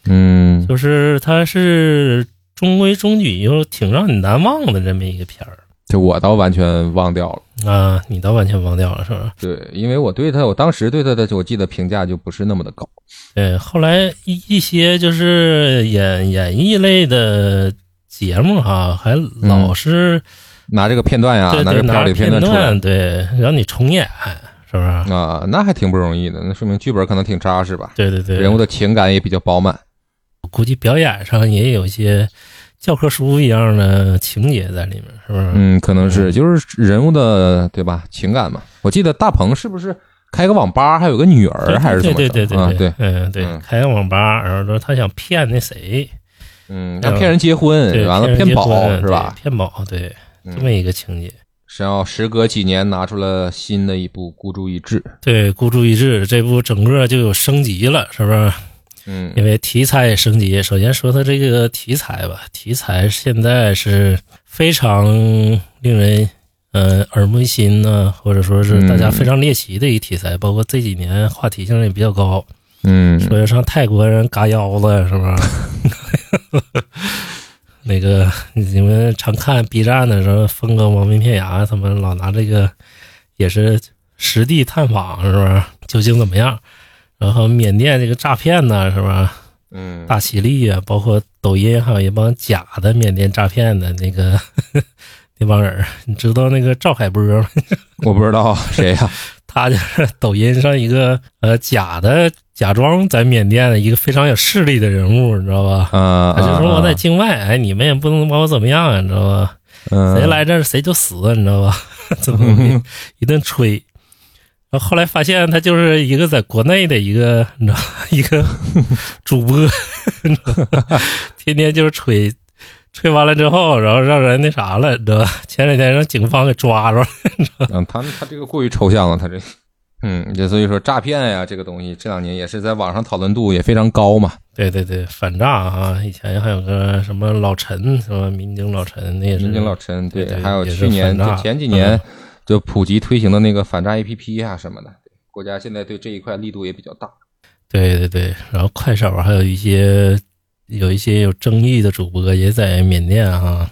S3: 嗯，
S2: 就是他是中规中矩又挺让你难忘的这么一个片儿。
S3: 这我倒完全忘掉了。
S2: 啊，你倒完全忘掉了是吧？
S3: 对，因为我对他，我当时对他的，我记得评价就不是那么的高。
S2: 对，后来一一些就是演演艺类的节目哈，还
S3: 嗯
S2: 老是、
S3: 拿这个片段呀，
S2: 对
S3: 拿
S2: 对
S3: 这
S2: 拿
S3: 啊片里
S2: 片
S3: 段出来
S2: 对，让你重演，是不是？
S3: 啊，那还挺不容易的，那说明剧本可能挺扎实吧，
S2: 对对对，
S3: 人物的情感也比较饱满。
S2: 估计表演上也有一些教科书一样的情节在里面，是不是？
S3: 嗯，可能是就是人物的对吧情感嘛。我记得大鹏是不是开个网吧，还有个女
S2: 对
S3: 儿，还是怎
S2: 对
S3: 么
S2: 对对
S3: 着？
S2: 对
S3: 啊，
S2: 对
S3: 对，，
S2: 嗯对，
S3: 嗯
S2: 开个网吧，然后说他想骗那谁，
S3: 嗯，让骗人结婚，
S2: 对，
S3: 完了
S2: 骗人
S3: 骗
S2: 结
S3: 保
S2: 婚
S3: 是吧？？
S2: 对骗保，对，
S3: 嗯
S2: 这么一个情节。
S3: 沈奥时隔几年拿出了新的一部《孤注一掷》。
S2: 对，孤注一掷这部整个就有升级了，是不是？
S3: 嗯
S2: 因为题材也升级。首先说它这个题材吧，题材现在是非常令人呃耳目一新呢、或者说是大家
S3: 嗯
S2: 非常猎奇的一个题材，包括这几年话题性也比较高，
S3: 嗯，
S2: 说要上泰国人嘎腰子，是不是？ 那个你们常看 B 站的时候，峰哥、王明片牙他们老拿这个也是实地探访，是不是？究竟怎么样？然后缅甸这个诈骗呢，是不是？
S3: 嗯，
S2: 大喜力啊，包括抖音，还有一帮假的缅甸诈骗的那个 那帮人儿，你知道那个赵海波吗？
S3: 我不知道谁 呀？
S2: 他就是抖音上一个呃假的，假装在缅甸的一个非常有势力的人物，你知道吧？
S3: 啊，
S2: 他就说我在境外，哎，你们也不能把我怎么样，你知道吧？谁
S3: 谁？
S2: 来这儿谁就死，你知道吧？ 这么一顿吹。然后后来发现他就是一个在国内的一个，你知道吧， 一个主播， 你知道吧天天就是吹，吹完了之后，然后让人那啥了，你知道吧？前两天让警方给抓着了。
S3: 嗯，他他这个过于抽象了，他这，嗯，这所以说诈骗呀、这个东西这两年也是在网上讨论度也非常高嘛。
S2: 对对对，反诈啊！以前还有个什么老陈，什么民警老陈，那也是
S3: 民警老陈
S2: 对对
S3: 还有
S2: 也是
S3: 去年
S2: 反诈
S3: 就前几年
S2: 嗯
S3: 就普及推行的那个反诈 APP 啊什么的，国家现在对这一块力度也比较大。
S2: 对对对，然后快手还有一些有一些有争议的主播也在缅甸啊，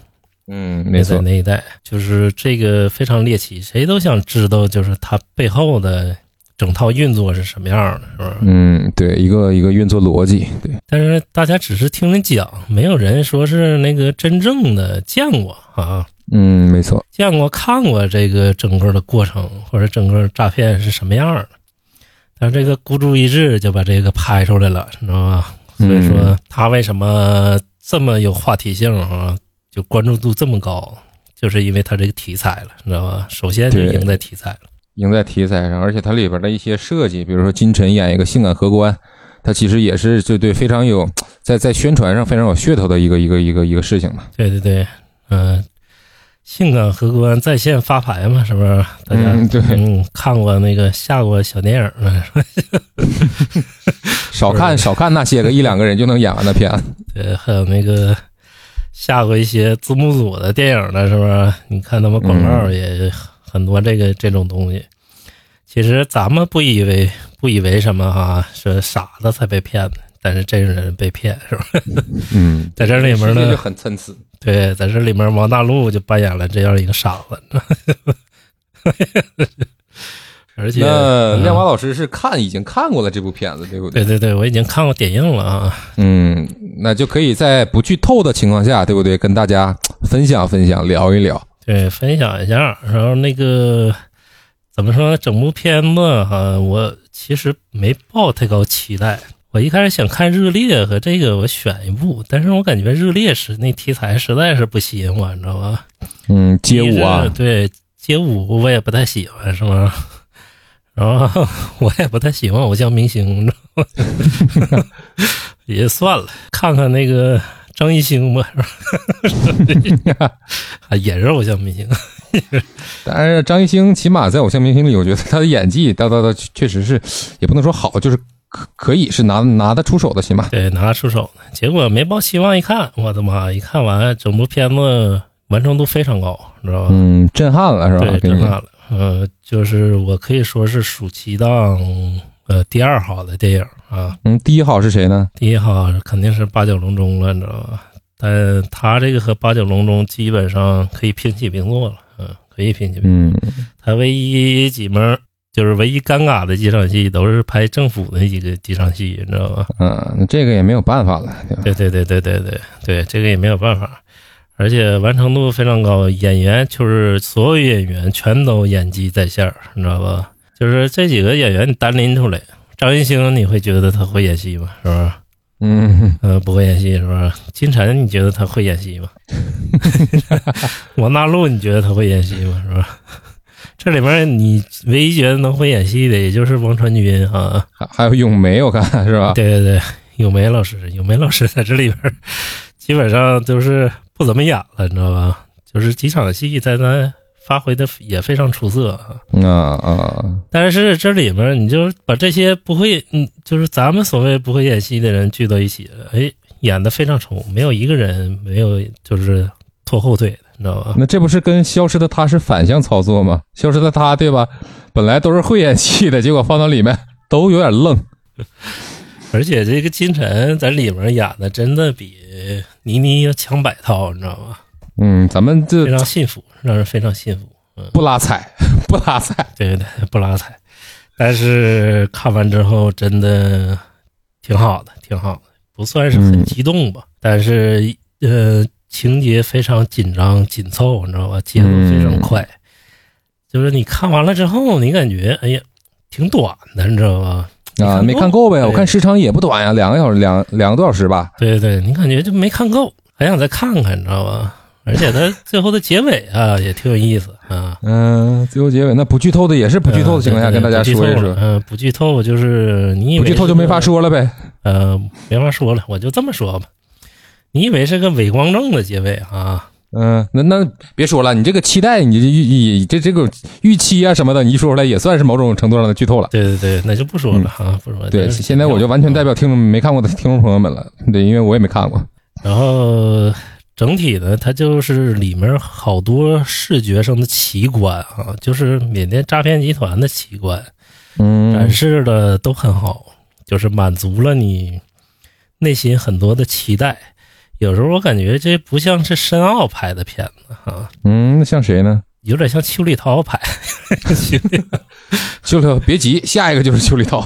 S3: 嗯，
S2: 也
S3: 没
S2: 在
S3: 错，
S2: 那一带，就是这个非常猎奇，谁都想知道就是它背后的整套运作是什么样的，是不是？
S3: 嗯，对，一个一个运作逻辑，对，
S2: 但是大家只是听人讲，没有人说是那个真正的见过啊。
S3: 嗯，没错，
S2: 见过看过这个整个的过程，或者整个诈骗是什么样的。但是这个孤注一掷就把这个拍出来了，你知道吧？所以说
S3: 嗯
S2: 他为什么这么有话题性啊，就关注度这么高，就是因为他这个题材了，你知道吧？首先就
S3: 对
S2: 赢在题材了，
S3: 赢在题材上，而且它里边的一些设计，比如说金晨演一个性感荷官，它其实也是就对非常有在在宣传上非常有噱头的一个一个一个一个事情嘛。
S2: 对对对，嗯、性感荷官在线发牌嘛，是不是？大家
S3: 嗯对
S2: 嗯看过那个下过小电影了，
S3: 少看少看那些个一两个人就能演完的片，
S2: 对，还有那个下过一些字幕组的电影的，是不是？你看他们广告也很多这个这种东西。其实咱们不以为不以为什么哈、是傻子才被骗的，但是真人被骗是吧？
S3: 嗯，
S2: 在这里面
S3: 这
S2: 呢
S3: 就，很参差。
S2: 对，在这里面王大陆就扮演了这样一个傻子， 而且
S3: 那
S2: 嗯
S3: 亮娃老师是看已经看过了这部片子，对不
S2: 对
S3: 对？
S2: 对对，我已经看过点映了啊，
S3: 嗯，那就可以在不剧透的情况下，对不对？跟大家分享分享，聊一聊。
S2: 对，分享一下。然后那个怎么说呢？整部片子哈、我其实没抱太高期待。我一开始想看《热烈》和这个，我选一部，但是我感觉《热烈》是那题材实在是不吸引我，你知道吧？
S3: 嗯，街舞
S2: 一
S3: 啊
S2: 是，对街舞我也不太喜欢，是吗？然后我也不太喜欢偶像明星，你知道吗也算了，看看那个张艺兴吧，是吧？啊， 也是偶像明星，
S3: 但是张艺兴起码在偶像明星里，我觉得他的演技，到到到，确实是，也不能说好，就是可可以是拿拿得出手的，起码。
S2: 对，拿得出手的。结果没抱希望，一看，我的妈！一看完整部片子完成度非常高，你知道吧？
S3: 嗯，震撼了是吧？
S2: 对，
S3: 给
S2: 震
S3: 你
S2: 撼了。呃，就是我可以说是暑期档呃第二好的电影啊，
S3: 嗯，第一号是谁呢？
S2: 第一号肯定是八角笼中了，你知道吧？但他这个和八角笼中基本上可以平起平坐了，嗯，可以平起平。
S3: 嗯
S2: 他唯一几门就是唯一尴尬的几场戏，都是拍政府的几个几场戏，你知道吧？
S3: 嗯，那这个也没有办法了，对吧？
S2: 对对对对对对对，这个也没有办法，而且完成度非常高，演员就是所有演员全都演技在线儿，你知道吧？就是这几个演员你单拎出来，张艺兴你会觉得他会演戏吗？是不是？
S3: 嗯，
S2: 呃，不会演戏是吧？金晨，你觉得他会演戏吗？王大陆，你觉得他会演戏吗？是吧？这里面你唯一觉得能会演戏的，也就是王传君啊。
S3: 还还有咏梅，我看是吧？
S2: 对对对，咏梅老师，咏梅老师在这里边儿基本上就是不怎么演了，你知道吧？就是几场戏，在那发挥的也非常出色啊。
S3: 嗯啊啊，
S2: 但是这里面你就把这些不会，嗯，就是咱们所谓不会演戏的人聚到一起，哎，演的非常丑，没有一个人没有就是拖后腿的，你知道吧？
S3: 那这不是跟《消失的她》是反向操作吗？《消失的她》对吧？本来都是会演戏的，结果放到里面都有点愣。
S2: 而且这个金晨在里面演的真的比倪妮要强百套，你知道吧？
S3: 嗯，咱们这
S2: 非常幸福，让人非常幸福。
S3: 不拉踩， 不拉踩。
S2: 对 对，不拉踩。但是看完之后真的挺好的，挺好的，不算是很
S3: 嗯
S2: 激动吧，但是呃，情节非常紧张紧凑，你知道吧？节奏
S3: 嗯
S2: 非常快，就是你看完了之后，你感觉哎呀，挺短的，你知道吧？
S3: 啊，没看够呗，我看
S2: 是，
S3: 时长也不短呀，两个小时，两两个多小时吧。
S2: 对对，你感觉就没看够，还想再看看，你知道吧？而且 它最后的结尾啊，也挺有意思啊。
S3: 嗯，最后结尾那不剧透的也是不剧透的情况下
S2: 呃
S3: 跟大家说一说，
S2: 嗯，不剧透就是你以
S3: 不
S2: 为
S3: 剧透就没法
S2: 是个
S3: 说了呗。
S2: 呃，没法说了，我就这么说吧。你以为是个伪光正的结尾啊？
S3: 嗯，那那别说了，你这个期待，你这预这这个预期啊什么的，你一说出来也算是某种程度上的剧透了。
S2: 对对对，那就不说了啊，不说了。
S3: 嗯对，
S2: 就是啊
S3: 现在我就完全代表听众没看过的听众朋友们了，对，因为我也没看过。
S2: 然后整体呢，它就是里面好多视觉上的奇观啊，就是缅甸诈骗集团的奇观，展
S3: 嗯
S2: 示的都很好，就是满足了你内心很多的期待。有时候我感觉这不像是申奥拍的片子啊，
S3: 嗯，像谁呢？
S2: 有点像邱礼涛拍。邱礼
S3: 邱礼涛，别急，下一个就是邱礼涛。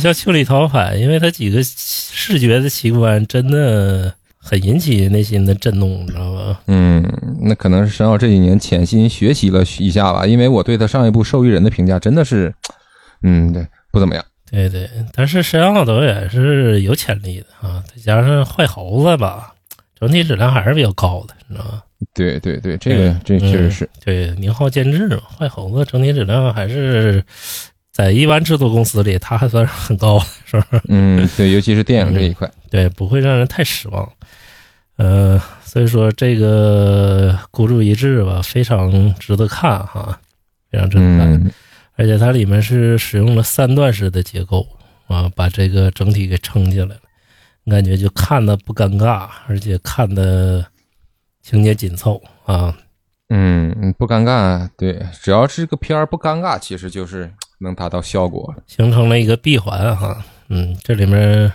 S2: 像《秋里逃反》，因为它几个视觉的奇观真的很引起内心的震动，你知道吧？
S3: 嗯，那可能是申奥这几年潜心学习了一下吧，因为我对他上一部《受益人》的评价真的是，嗯，对，不怎么样。
S2: 对对，但是申奥导演是有潜力的啊，再加上坏猴子吧，整体质量还是比较高的，你知道吧？
S3: 对对对，这个这确实是，
S2: 对宁浩监制嘛，坏猴子整体质量还是在一般制作公司里，他还算是很高的，是吧？
S3: 嗯，对，尤其是电影这一块，
S2: 对，不会让人太失望。呃，所以说这个孤注一掷吧，非常值得看哈，非常值得看。
S3: 嗯
S2: 而且它里面是使用了三段式的结构啊，把这个整体给撑起来了，你感觉就看的不尴尬，而且看的情节紧凑啊。
S3: 嗯，不尴尬，对，只要是个片儿不尴尬，其实就是能达到效果了。
S2: 形成了一个闭环哈、嗯，这里面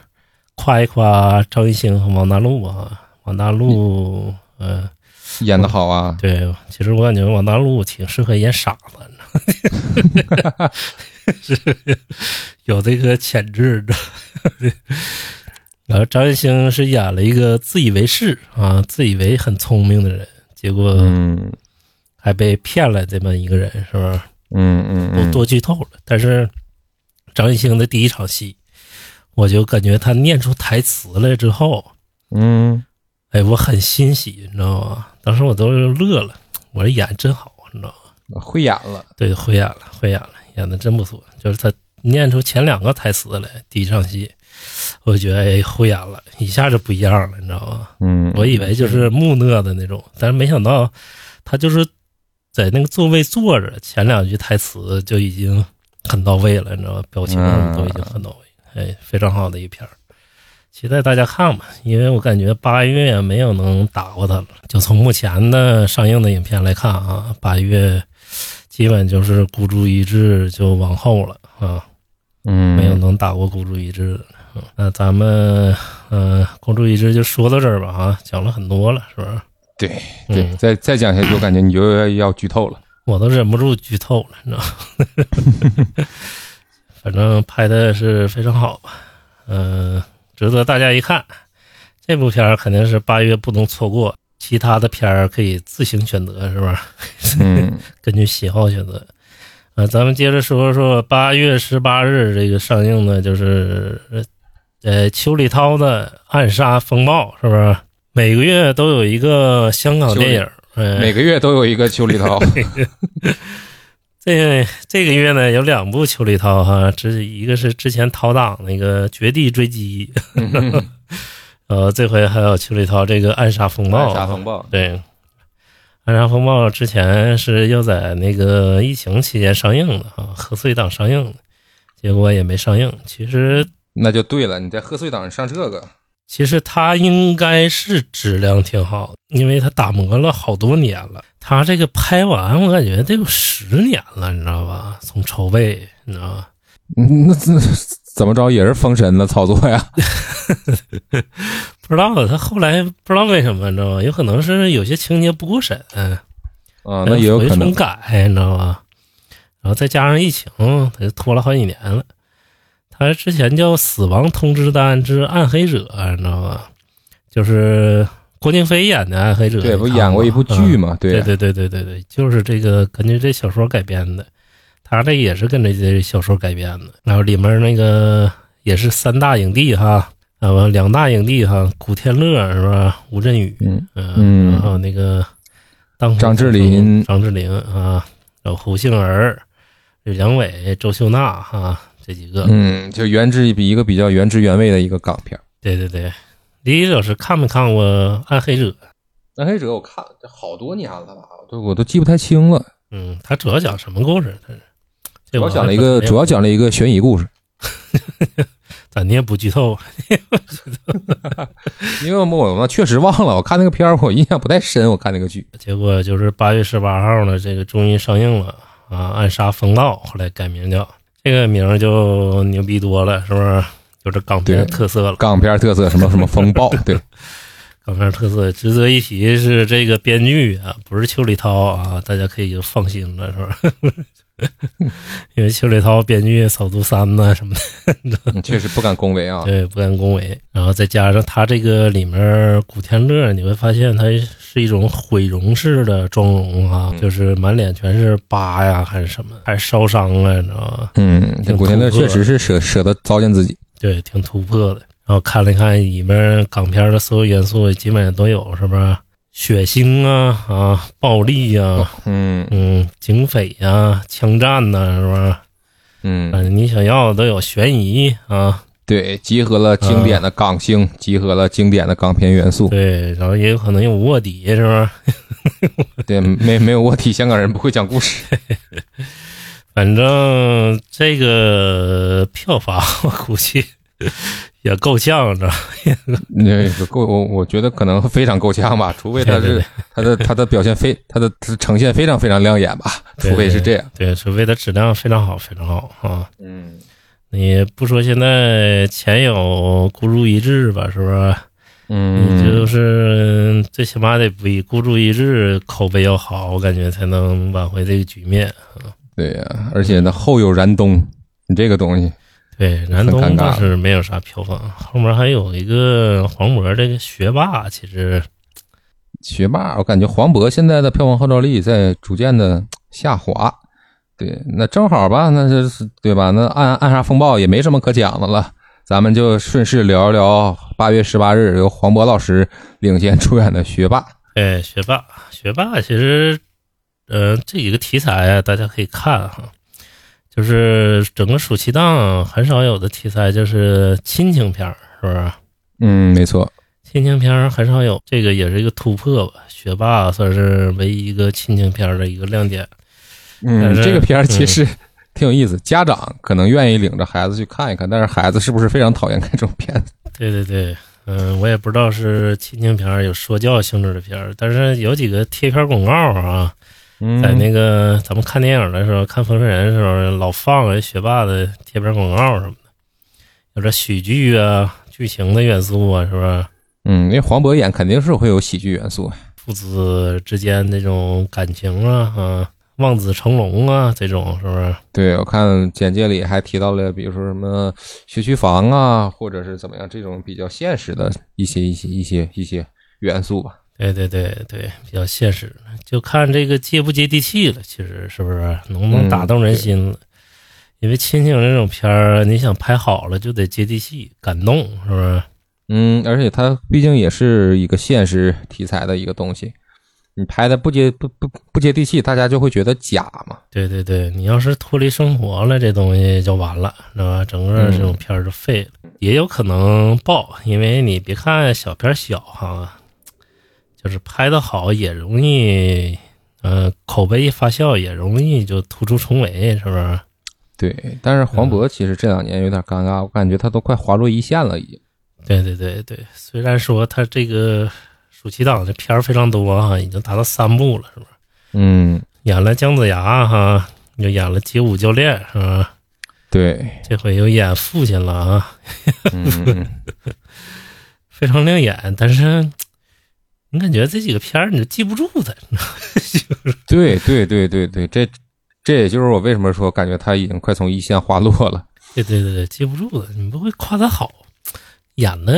S2: 夸一夸张艺兴和王大陆啊，王大陆，嗯、呃，
S3: 演的好啊，
S2: 对，其实我感觉王大陆挺适合演傻子， 是有这个潜质的。然后张艺兴是演了一个自以为是啊，自以为很聪明的人，结果
S3: 嗯
S2: 还被骗了这么一个人，是不是？
S3: 嗯嗯
S2: 都
S3: 嗯，
S2: 多剧透了。但是张艺兴的第一场戏，我就感觉他念出台词来之后，
S3: 嗯
S2: 哎，我很欣喜，你知道吗？当时我都乐了，我说演真好，你知道吗？
S3: 嗯会演了，
S2: 对，会演了，会演了，演的真不错。就是他念出前两个台词来，第一场戏，我就觉得哎，会演了，一下就不一样了，你知道吗？
S3: 嗯，
S2: 我以为就是木讷的那种，但是没想到他就是在那个座位坐着，前两句台词就已经很到位了，你知道吗？表情都已经很到位，哎，非常好的一片儿。期待大家看吧，因为我感觉八月没有能打过他了。就从目前的上映的影片来看啊，八月基本就是孤注一掷就往后了啊。
S3: 嗯
S2: 没有能打过孤注一掷的。嗯那咱们呃，孤注一掷就说到这儿吧啊，讲了很多了，是不是？
S3: 对对，
S2: 嗯
S3: 再再讲下去，我感觉你就要要剧 透了。
S2: 我都忍不住剧透了，你知道吗？ 反正拍的是非常好吧，嗯、值得大家一看。这部片儿肯定是八月不能错过，其他的片儿可以自行选择，是吧？
S3: 嗯，
S2: 根据喜好选择。呃，咱们接着说说八月十八日这个上映的，就是呃邱礼涛的《暗杀风暴》，是不是？每个月都有一个香港电影，
S3: 每
S2: 呃，
S3: 个月都有一个邱礼 涛。
S2: 这这个月呢有两部邱礼涛哈，之一个是之前涛档那个《绝地追击》， 呃，这回还有邱礼涛这个《暗杀风暴》。
S3: 啥风暴？
S2: 对，《暗杀风暴》之前是要在那个疫情期间上映的啊，贺岁档上映的，结果也没上映。其实，
S3: 那就对了，你在贺岁档上这个，
S2: 其实它应该是质量挺好的，因为它打磨了好多年了。它这个拍完，我感觉得有十年了，你知道吧？从筹备，你知道吧？
S3: 嗯那那怎么着也是封神的操作呀？
S2: 不知道他后来不知道为什么，你知道吗？有可能是有些情节不过审，
S3: 啊，那也有可
S2: 哎回
S3: 能
S2: 重。改，你知道吗？然后再加上疫情，他就拖了好几年了。他之前叫《死亡通知单之暗黑者》，你知道吗？就是郭京飞演的暗黑者，
S3: 对，不
S2: 你看
S3: 演过一部剧
S2: 嗯
S3: 嘛？
S2: 对
S3: 对，啊
S2: 对对对对对，就是这个根据这小说改编的，他这也是跟着这小说改编的。然后里面那个也是三大影帝哈，啊完两大影帝哈，古天乐是吧？吴镇宇，
S3: 嗯嗯
S2: 嗯，然后那个当红
S3: 张智霖
S2: 张智霖啊，然后胡杏儿、吕良伟、周秀娜啊，这几个，
S3: 嗯，就原汁一个比较原汁原味的一个港片儿。
S2: 对对对。李老师看没看过《暗黑者》？
S3: 暗黑者我看这好多年了吧，我都我都记不太清了。
S2: 嗯，他主要讲什么故事？他是这
S3: 主
S2: 我还
S3: 要讲了一
S2: 真
S3: 个
S2: 没
S3: 主要讲了一个悬疑故事，
S2: 咋你也不剧透？
S3: 因为我们我们确实忘了，我看那个片儿我印象不太深，我看那个剧。
S2: 结果就是八月十八号呢，这个终于上映了啊，《暗杀风暴》，后来改名叫这个名儿就牛逼多了，是不是？就是港片
S3: 对
S2: 特色了。
S3: 港片特色什么什么风 暴，对，
S2: 港片特色值得一提是这个编剧啊，不是邱礼涛啊，大家可以就放心了，是 吧？因为邱礼涛编剧《扫毒三》呐什么的，
S3: 嗯确实不敢恭维啊。
S2: 对，不敢恭维。然后再加上他这个里面古天乐，你会发现他是一种毁容式的妆容啊，就是满脸全是疤呀，还是什么，还是烧伤啊，你知道吗？
S3: 嗯，这古天乐
S2: 挺突
S3: 确
S2: 破
S3: 实是舍舍得糟践自己。
S2: 对，挺突破的。然后看了看里面港片的所有元素，基本上都有，是不是？血腥啊啊，暴力呀、啊，
S3: 嗯
S2: 嗯，警匪呀、枪战呐、是不是？
S3: 嗯，
S2: 嗯，你想要的都有，悬疑啊，
S3: 对，集合了经典的港星，集合了经典的港片元素。
S2: 对，然后也有可能有卧底，是不是？
S3: 对，没没有卧底，香港人不会讲故事。
S2: 反正这个票房 我估计也够呛着，
S3: 那个够，我我觉得可能非常够呛吧，除非他
S2: 对对
S3: 是他的他的表现非他的他的呈现非常非常亮眼吧，
S2: 对
S3: 除非是这样。
S2: 对，除非它质量非常好，非常好啊。
S3: 嗯，
S2: 你不说现在前有孤注一掷吧，是不是？你
S3: 嗯，
S2: 就是最起码得比孤注一掷口碑要好，我感觉才能挽回这个局面。
S3: 对呀、而且呢，后有燃冬，你这个东西，
S2: 对，南
S3: 很尴
S2: 东
S3: 尬
S2: 倒是没有啥票房，后面还有一个黄渤这个学霸，其实
S3: 学霸，我感觉黄渤现在的票房号召力在逐渐的下滑。对，那正好吧，那就是对吧？那暗暗杀风暴也没什么可讲的了，咱们就顺势聊一聊八月十八日由黄渤老师领衔出演的《学霸》。
S2: 对哎学霸，学霸其实，呃，这几个题材啊，大家可以看哈，就是整个暑期档很少有的题材就是亲情片儿，是不是？
S3: 嗯，没错。
S2: 亲情片儿很少有，这个也是一个突破吧。学霸算是唯一一个亲情片儿的一个亮点。
S3: 嗯
S2: 但，是嗯
S3: 这个片儿其实挺有意思，家长可能愿意领着孩子去看一看，但是孩子是不是非常讨厌看这种片子？
S2: 对对对，嗯、我也不知道是亲情片儿有说教性质的片儿，但是有几个贴片儿广告啊，
S3: 嗯
S2: 在那个咱们看电影的时候，看《风神人》的时候，老放人学霸的贴片儿广告什么的，有这喜剧啊、剧情的元素啊，是不是？
S3: 嗯，因为黄渤演肯定是会有喜剧元素。
S2: 父子之间那种感情啊，啊，望子成龙啊，这种是不是？
S3: 对，我看简介里还提到了，比如说什么学区房啊，或者是怎么样这种比较现实的一些一些一些一些元素吧。
S2: 对对对对，比较现实，就看这个接不接地气了，其实是不是能不能打动人心了？因为亲情这种片儿，你想拍好了就得接地气、感动，是不是？
S3: 嗯，而且它毕竟也是一个现实题材的一个东西，你拍的不接不不不接地气，大家就会觉得假嘛。
S2: 对对对，你要是脱离生活了，这东西就完了，知道吧？整个这种片儿就废了，也有可能爆，因为你别看小片儿小哈，就是拍的好也容易，呃，口碑一发酵也容易就突出重围，是不是？
S3: 对，但是黄渤其实这两年有点尴尬，我感觉他都快滑落一线了，已经。
S2: 对对对对，虽然说他这个暑期档这片儿非常多啊哈，已经达到三部了，是吧？
S3: 嗯，
S2: 演了姜子牙哈，又演了街舞教练是吧？
S3: 对，
S2: 这回又演父亲了啊，
S3: 嗯嗯
S2: 非常亮眼。但是你感觉这几个片儿你就记不住他，
S3: 对对对对对，这这也就是我为什么说感觉他已经快从一线滑落了。
S2: 对对对对，记不住他，你不会夸他好，演的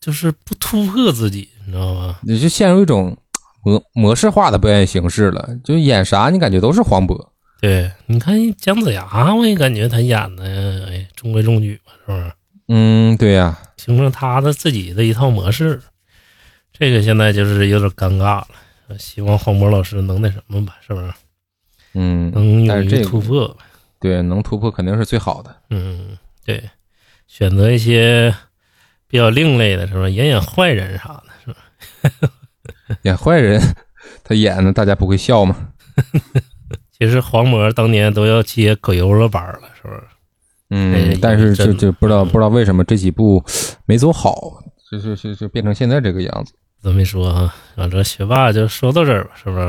S2: 就是不突破自己，你知道吗？
S3: 你就陷入一种模模式化的表演形式了，就演啥你感觉都是黄渤。
S2: 对，你看姜子牙，我也感觉他演的哎中规中矩吧，是不是？
S3: 嗯，对呀、
S2: 形成他的自己的一套模式。这个现在就是有点尴尬了，呃希望黄渤老师能那什么吧，是不是？
S3: 嗯，
S2: 能有
S3: 但是
S2: 一
S3: 这
S2: 个
S3: 个
S2: 突破吧？
S3: 对，能突破肯定是最好的。
S2: 嗯，对，选择一些比较另类的，是吧？演演坏人啥的，是吧？
S3: 演坏人，他演的大家不会笑吗？
S2: 其实黄渤当年都要接葛优的班儿了，是不是？哎
S3: 嗯，但是就
S2: 真的
S3: 就不知道不知道为什么这几部没走好，就就就就变成现在这个样子。
S2: 这么一说啊，然后这学霸就说到这儿吧，是不是？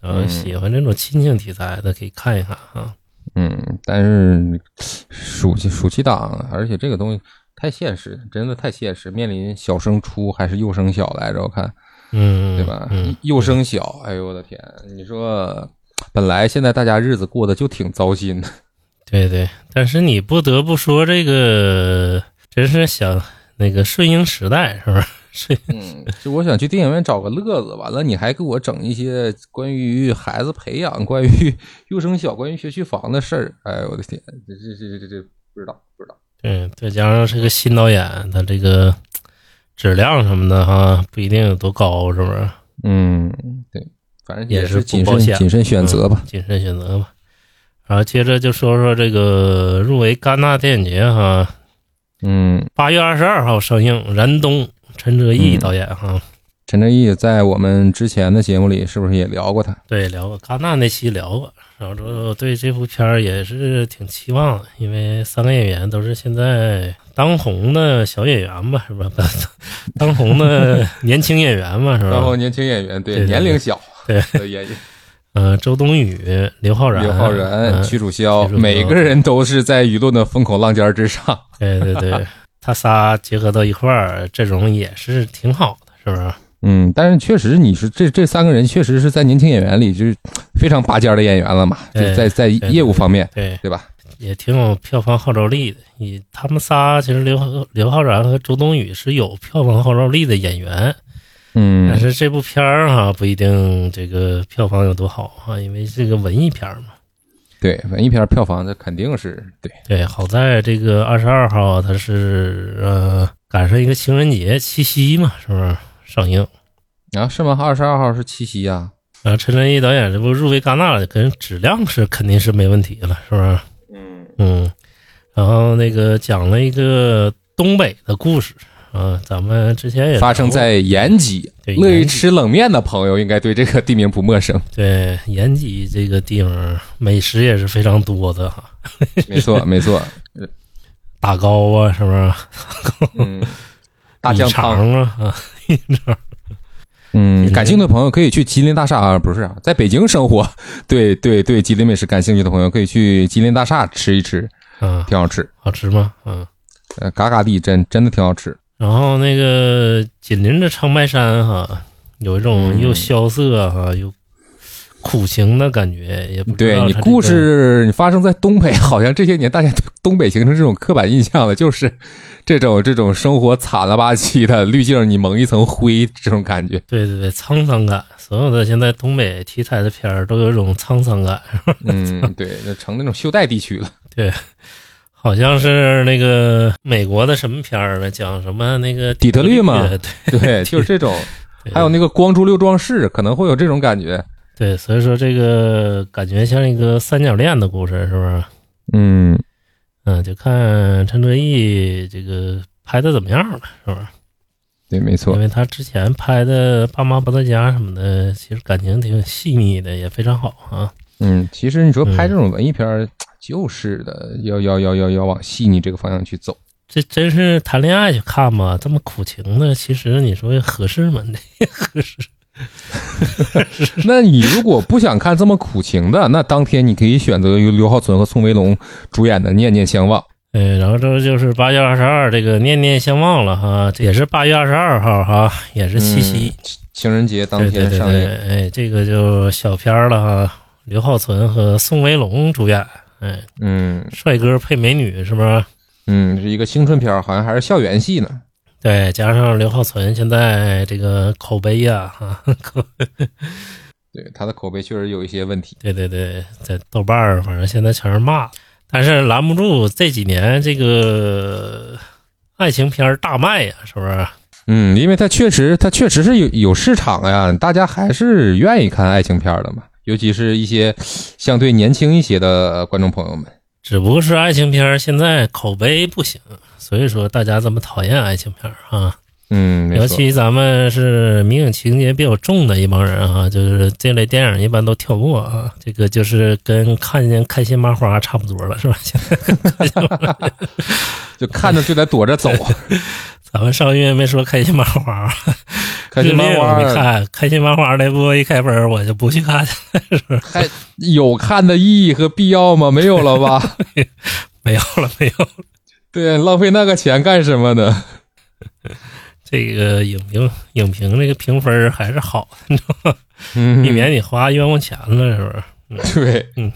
S2: 然后
S3: 嗯
S2: 喜欢这种亲情题材的可以看一看啊。
S3: 嗯，但是暑期暑期档，而且这个东西太现实，真的太现实，面临小升初还是幼升小来着？我看
S2: 嗯，
S3: 对吧？
S2: 嗯，
S3: 幼升小，哎呦我的天！你说本来现在大家日子过得就挺糟心的，
S2: 对对，但是你不得不说，这个真是想那个顺应时代，是不 是？顺
S3: 嗯， 就我想去电影院找个乐子，完了你还给我整一些关于孩子培养、 关于幼升小、关于学区房的事儿，哎呦我的天，这这这这这这不知道不知道，
S2: 对，再加上是个新导演，他这个质量什么的哈，不一定有多高，是不是？
S3: 嗯，对，反正
S2: 也是
S3: 是
S2: 不
S3: 谨
S2: 保
S3: 慎
S2: 险
S3: 谨慎选择吧，
S2: 谨慎选择吧。然后接着就说说这个入围戛纳电影节哈，
S3: 嗯，
S2: 八月二十二号上映，燃冬陈哲艺
S3: 嗯
S2: 导演哈，
S3: 陈正义在我们之前的节目里是不是也聊过他？
S2: 对，聊过戛纳那期聊过，然后之后对这部片儿也是挺期望的，因为三个演员都是现在当红的小演员吧，是吧？不当红的年轻演员嘛，是
S3: 然后
S2: 吧？
S3: 年轻演员，
S2: 对对
S3: 年龄小
S2: 对
S3: 的演员，
S2: 呃，周冬雨、刘昊然、
S3: 刘昊然、
S2: 嗯
S3: 屈楚萧，
S2: 屈楚萧
S3: 每个人都是在舆论的风口浪尖之上。
S2: 哎对对对，他仨结合到一块儿，这种也是挺好的，是不是？
S3: 嗯，但是确实，你是这这三个人确实是在年轻演员里就是非常拔尖儿的演员了嘛，就
S2: 对
S3: 在在
S2: 对
S3: 业务方面，
S2: 对，
S3: 对吧？
S2: 也挺有票房号召力的。以他们仨，其实刘刘昊然和周冬雨是有票房号召力的演员，但
S3: 嗯，
S2: 是这部片儿哈、不一定这个票房有多好啊，因为是个文艺片儿嘛。
S3: 对，文艺片票房这肯定是对，
S2: 对，好在这个二十二号它是呃赶上一个情人节七夕嘛，是不是上映？
S3: 然后啊是吗？二十二号是七夕啊呀、
S2: 然后陈真一导演这不入围戛纳了，跟质量是肯定是没问题了，是不是？嗯嗯，然后那个讲了一个东北的故事啊，咱们之前也
S3: 发生在延吉。
S2: 对
S3: 乐意
S2: 延吉
S3: 吃冷面的朋友应该对这个地名不陌 生。
S2: 对延吉这个地方美食也是非常多的哈，
S3: 没错，没错。
S2: 打糕啊，是不是？
S3: 嗯，大酱
S2: 米
S3: 汤。
S2: 肠啊啊，
S3: 嗯，
S2: 嗯
S3: 感兴趣的朋友可以去吉林大厦啊，不是啊，在北京生活。 对对对，吉林美食感兴趣的朋友可以去吉林大厦吃一吃，
S2: 啊，
S3: 挺好吃。
S2: 好吃吗？嗯、
S3: 呃，嘎嘎地真真的挺好吃。
S2: 然后那个紧邻着长白山哈，有一
S3: 嗯
S2: 种又萧瑟哈、又苦情的感觉，也不知道
S3: 对
S2: 它
S3: 你
S2: 这个
S3: 故事，你发生在东北， 好像这些年大家对东北形成这种刻板印象了，就是这种这种生活惨了吧唧的，滤镜你蒙一层灰这种感觉。
S2: 对对对，沧桑感，所有的现在东北题材的片儿都有一种沧桑感，
S3: 嗯，对，就成那种袖带地区了。
S2: 好像是那个美国的什么片儿呢？讲什么那个
S3: 底特律嘛
S2: 对
S3: 对，就是这种。
S2: 对，
S3: 还有那个光珠六壮士，可能会有这种感觉。
S2: 对，所以说这个感觉像一个三角恋的故事，是不是？
S3: 嗯，
S2: 嗯，就看陈哲艺这个拍的怎么样了，是不是？
S3: 对，没错
S2: 因。为他之前拍的《爸妈不在家》什么的，其实感情挺细腻的，也非常好啊。
S3: 嗯，其实你说
S2: 嗯
S3: 拍这种文艺片儿，就是的，要要要要要往细腻这个方向去走。
S2: 这真是谈恋爱去看吧，这么苦情的，其实你说合适吗？那合适？
S3: 那你如果不想看这么苦情的，那当天你可以选择由刘浩存和宋威龙主演的《念念相忘》。
S2: 嗯，然后这就是八月二十二这个念念相忘了哈，这也是八月二十二号哈，也是嗯七夕，
S3: 嗯情人节嗯当
S2: 对对
S3: 天
S2: 对
S3: 上
S2: 对，
S3: 映。
S2: 哎，这个就小片儿了哈，刘浩存和宋威龙主演，哎，
S3: 嗯
S2: 帅哥配美女是不是？
S3: 嗯，是一个青春片儿，好像还是校园戏呢。
S2: 对，加上刘浩存现在这个口碑呀、哈、口
S3: 对，他的口碑确实有一些问题。
S2: 对对对，在豆瓣儿，反正现在全是骂，但是拦不住这几年这个爱情片儿大卖呀、是不是？
S3: 嗯，因为他确实，他确实是有有市场呀，大家还是愿意看爱情片儿的嘛，尤其是一些相对年轻一些的观众朋友们。
S2: 只不过是爱情片儿现在口碑不行，所以说大家这么讨厌爱情片儿啊。
S3: 嗯，没
S2: 尤
S3: 错。
S2: 其咱们是迷影情节比较重的一帮人啊，就是这类电影一般都跳过啊。这个就是跟看见开心麻花差不多了，是吧？现在
S3: 就看着就得躲着 走。
S2: 咱们上个月没说开心麻花。
S3: 开心麻
S2: 我没
S3: 花
S2: 看，开心麻花那播一开分，我就不去看，
S3: 还有看的意义和必要吗？没有了吧？
S2: 没有了，没有了。
S3: 对，浪费那个钱干什么呢？
S2: 这个影评影评这个评分还是好 的，你知道吗？
S3: 嗯
S2: 避免你花冤枉钱了，是不是？
S3: 对
S2: 嗯，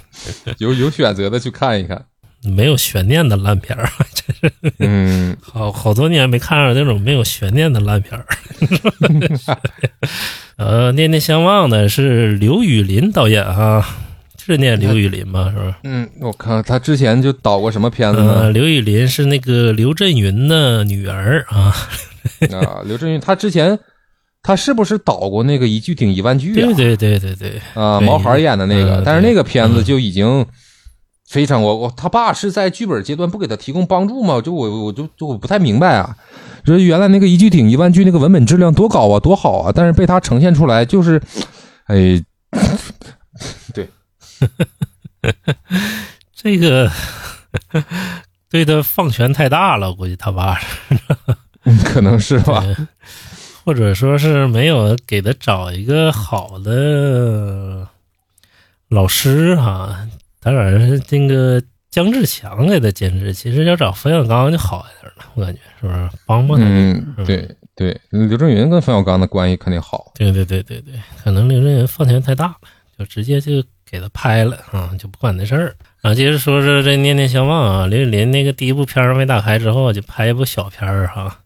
S3: 有有选择的去看一 看。
S2: 没有悬念的烂片 儿，真是
S3: 嗯，
S2: 好好多年没看着那种没有悬念的烂片儿。呃，念念相忘呢是刘雨林导演啊，是念刘雨林吧？是不是？
S3: 嗯，我靠，他之前就导过什么片子
S2: 呃，
S3: 呢？
S2: 刘雨林是那个刘震云的女儿啊。
S3: 啊，刘震云，他之前他是不是导过那个《一句顶一万句》
S2: 对
S3: 啊？
S2: 对对对对，
S3: 啊，
S2: 对
S3: 毛孩演的那个
S2: 嗯，
S3: 但是那个片子就已经非常我我他爸是在剧本阶段不给他提供帮助嘛，就我我就就我不太明白啊，就是原来那个一句顶一万句那个文本质量多高啊，多好啊，但是被他呈现出来就是，哎，
S2: 这个对他放权太大了，估计他爸是
S3: 可能是吧，嗯
S2: 或者说是没有给他找一个好的老师哈、当然这个姜志强给他监制，其实要找冯小刚就好一点了，我感觉是不是？帮帮他一
S3: 嗯，对对，嗯刘震云跟冯小刚的关系肯定好。
S2: 对对对对对，可能刘震云放权太大了，就直接就给他拍了啊，就不管那事儿。然后接着说说这《念念相忘》啊，刘雨林那个第一部片儿没打开之后，就拍一部小片儿哈、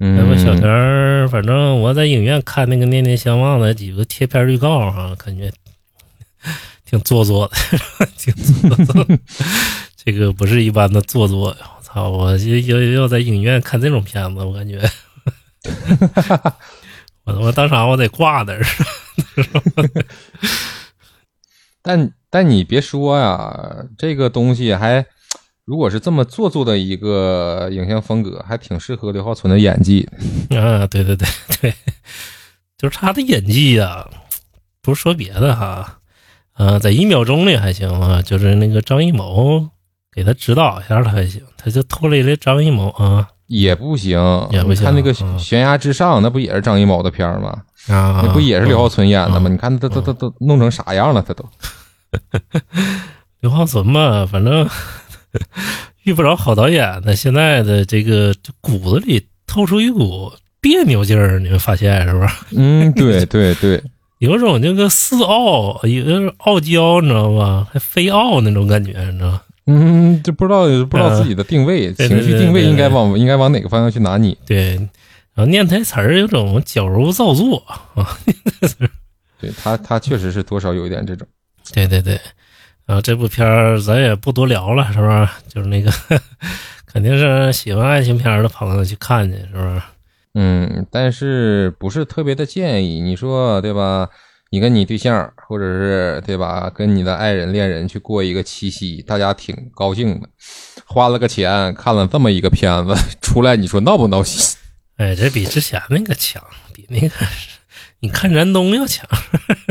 S3: 嗯，
S2: 那部小片儿，反正我在影院看那个《念念相忘》的几个贴片预告啊，感觉 挺做作的， 挺做作的。 这个不是一般的做作呀！我操，我就要要在影院看这种片子，我感觉， 我他妈当场我得挂那儿。
S3: 但但你别说呀，这个东西还，如果是这么做作的一个影像风格，还挺适合刘浩存的演技。
S2: 啊，对对对 对，就是他的演技呀、不是说别的哈，呃，在一秒钟里还行啊，就是那个张艺谋给他指导一下他还行，他就拖累了张艺谋啊
S3: 也不行，
S2: 也不行
S3: 你看那个
S2: 嗯
S3: 《悬崖之上》，那不也是张艺谋的片儿吗？
S2: 啊，
S3: 那不也是刘浩
S2: 浩
S3: 存演的吗？
S2: 嗯
S3: 你看他他他都弄成啥样了？他都
S2: 刘浩存吧，反正 遇不着好导演的，现在的这个骨子里透出一股别扭劲儿，你们发现是不是？
S3: 嗯，对对对，
S2: 有种那个似傲，有种傲娇，你知道吧？还非傲那种感觉，你知道吗？
S3: 嗯，就不知道不知道自己的定位，
S2: 对对
S3: 情绪
S2: 对
S3: 定位
S2: 对
S3: 应该
S2: 对
S3: 往应该往哪个方向去拿捏？
S2: 对，然后念台词儿有种矫揉造作啊，
S3: 对他他确实是多少有一点这种。
S2: 对对对，然后这部片儿咱也不多聊了，是不是？就是那个肯定是喜欢爱情片儿的朋友去看去，是不是？
S3: 嗯，但是不是特别的建议，你说对吧？你跟你对象，或者是对吧，跟你的爱人、恋人去过一个七夕，大家挺高兴的，花了个钱看了这么一个片子， 出来你说闹不闹心？
S2: 哎，这比之前那个强，比那个你看燃冬要强，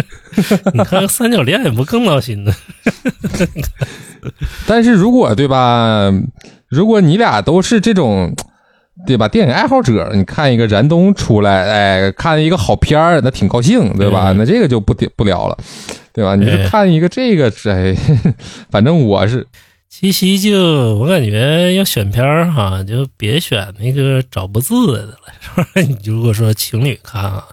S2: 你看三角恋也不更闹心呢？
S3: 但是如果对吧，如果你俩都是这种。对吧？电影爱好者，你看一个燃冬出来，哎，看一个好片儿，那挺高兴，对吧？
S2: 嗯
S3: 那这个就不不聊了，对吧？你
S2: 哎
S3: 是看一个这个，哎， 反正我是，
S2: 七夕就我感觉要选片儿哈、就别选那个找不自在的了，是吧？你如果说情侣看啊，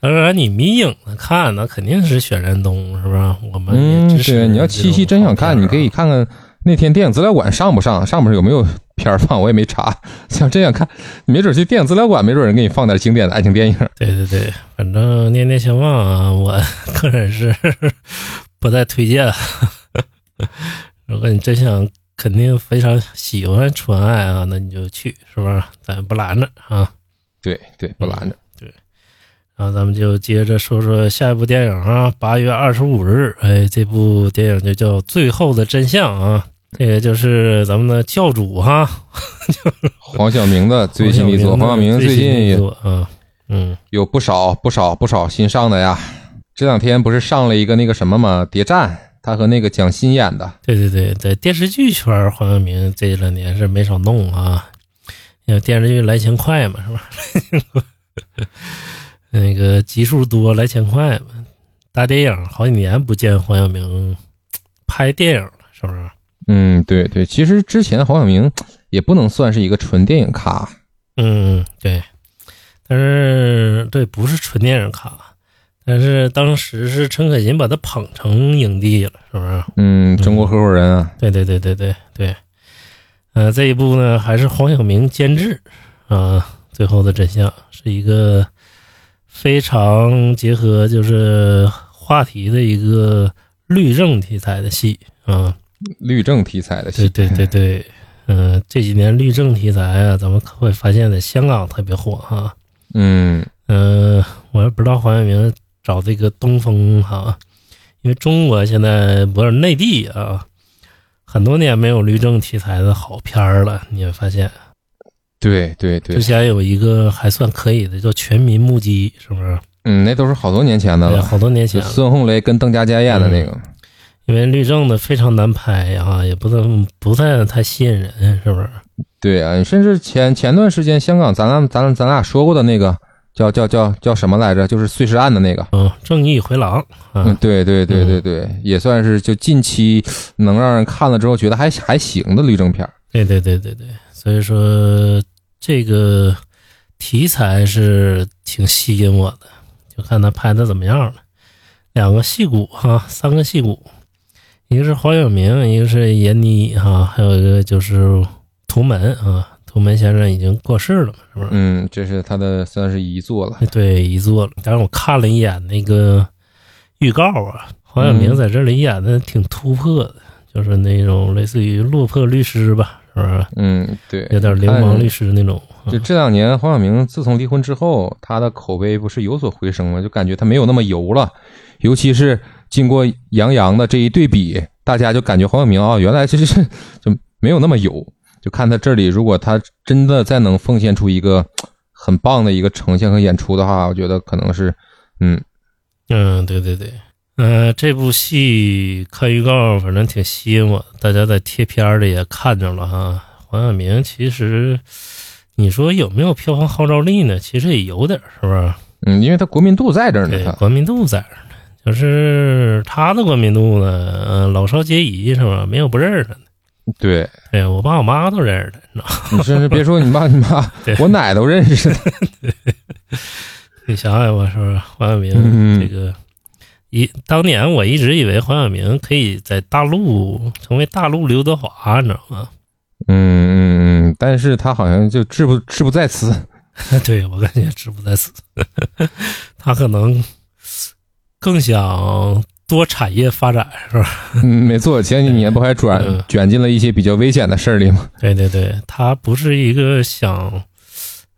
S2: 当然你迷影的看，那肯定是选燃冬，是不是？我们
S3: 嗯，
S2: 也支持、
S3: 对，你要七夕真想看，你可以。看看那天电影资料馆上不上，上面有没有片儿放，我也没查。想真想看，没准去电影资料馆，没准人给你放点经典的爱情电影。
S2: 对对对，反正念念相忘啊，我个人是不太推荐。如果你真想肯定非常喜欢纯爱啊，那你就去，是不是？咱不拦着啊。
S3: 对对，不拦着。
S2: 然后咱们就接着说说下一部电影啊，八月二十五日，哎，这部电影就叫《最后的真相》啊，这个就是咱们的教主哈，
S3: 黄晓明的最新力作，黄晓明最
S2: 最
S3: 近
S2: 力
S3: 有
S2: 作啊，嗯，
S3: 有不少不少不少新上的呀。这两天不是上了一个那个什么吗？谍战，他和那个蒋欣演的。
S2: 对对对，在电视剧圈儿，黄晓明这两年是没少弄啊，因为电视剧来钱快嘛，是吧？ 那个集数多，来钱快嘛。大电影好几年不见黄晓明拍电影了，是不是？
S3: 嗯，对对，其实之前黄晓明也不能算是一个纯电影咖。
S2: 嗯，对，但是对，不是纯电影咖，但是当时是陈可辛把他捧成影帝了，是不是？
S3: 嗯，中国合伙人啊。
S2: 对对对对对对，呃，这一部呢还是黄晓明监制啊，最后的真相》是一个非常结合就是话题的一个律政题材的戏啊。
S3: 律政题材的
S2: 对
S3: 戏，
S2: 对对对，嗯、这几年律政题材啊，咱们会发现在香港特别火啊哈、
S3: 嗯，
S2: 嗯，我也不知道黄晓明找这个东风哈，因为中国现在不是内地啊，很多年没有律政题材的好片儿了。你会发现，
S3: 对对对
S2: 之，前有一个还算可以的叫《全民目击》，是不是？
S3: 嗯，那都是好多年前的
S2: 对，啊嗯
S3: 了，
S2: 好多年前
S3: 就
S2: 了。
S3: 孙红雷跟邓家佳演的那个。
S2: 因为律政的非常难拍啊，也不能不太太吸引人，是不是？
S3: 对啊，甚至前前段时间香港咱俩咱咱俩说过的那个叫叫叫叫什么来着？就是碎尸案的那个。
S2: 嗯，正义回廊啊，
S3: 嗯，对对对对对，
S2: 嗯
S3: 也算是就近期能让人看了之后觉得还还行的律政片儿。
S2: 对对对对对，所以说这个题材是挺吸引我的，就看他拍的怎么样了。两个戏骨哈、三个戏骨，一个是黄晓明，一个是闫妮哈、还有一个就是图门啊，图门先生已经过世了嘛，是不是？
S3: 嗯，这是他的算是遗作了。
S2: 对，遗作了。但是我看了一眼那个预告啊，黄晓明在这里演的挺突破的，就是那种类似于落魄律师吧，是不是？
S3: 嗯，对，
S2: 有点流氓律师那种。
S3: 就这两年，黄晓明自从离婚之后，他的口碑不是有所回升吗？就感觉他没有那么油了，尤其是经过杨洋的这一对比，大家就感觉黄晓明啊、原来其实是就没有那么油。就看他这里，如果他真的再能奉献出一个很棒的一个呈现和演出的话，我觉得可能是，嗯，
S2: 嗯，对对对，呃，这部戏看预告，反正挺吸引我的，大家在贴片儿里也看着了哈。黄晓明其实，你说有没有票房号召力呢？其实也有点儿，是不是？
S3: 嗯，因为他国民度在这儿呢，
S2: 对，
S3: 他
S2: 国民度在这儿呢，就是他的国民度呢，呃，老少皆宜是吧？没有不认识的。
S3: 对，
S2: 对我爸我妈都认识他，你知道吗？
S3: 你甚至别说你爸你妈
S2: 对，
S3: 我奶都认识。
S2: 你想想吧，是不是？黄晓明
S3: 嗯
S2: 这个一当年我一直以为黄晓明可以在大陆成为大陆刘德华，你知道吗？
S3: 嗯嗯嗯，但是他好像就志不志不在此。
S2: 对我感觉志不在此， 他可能更想多产业发展，是吧？
S3: 嗯，没错，前几年不还
S2: 嗯
S3: 转卷进了一些比较危险的事儿里吗？
S2: 对对对，他不是一个想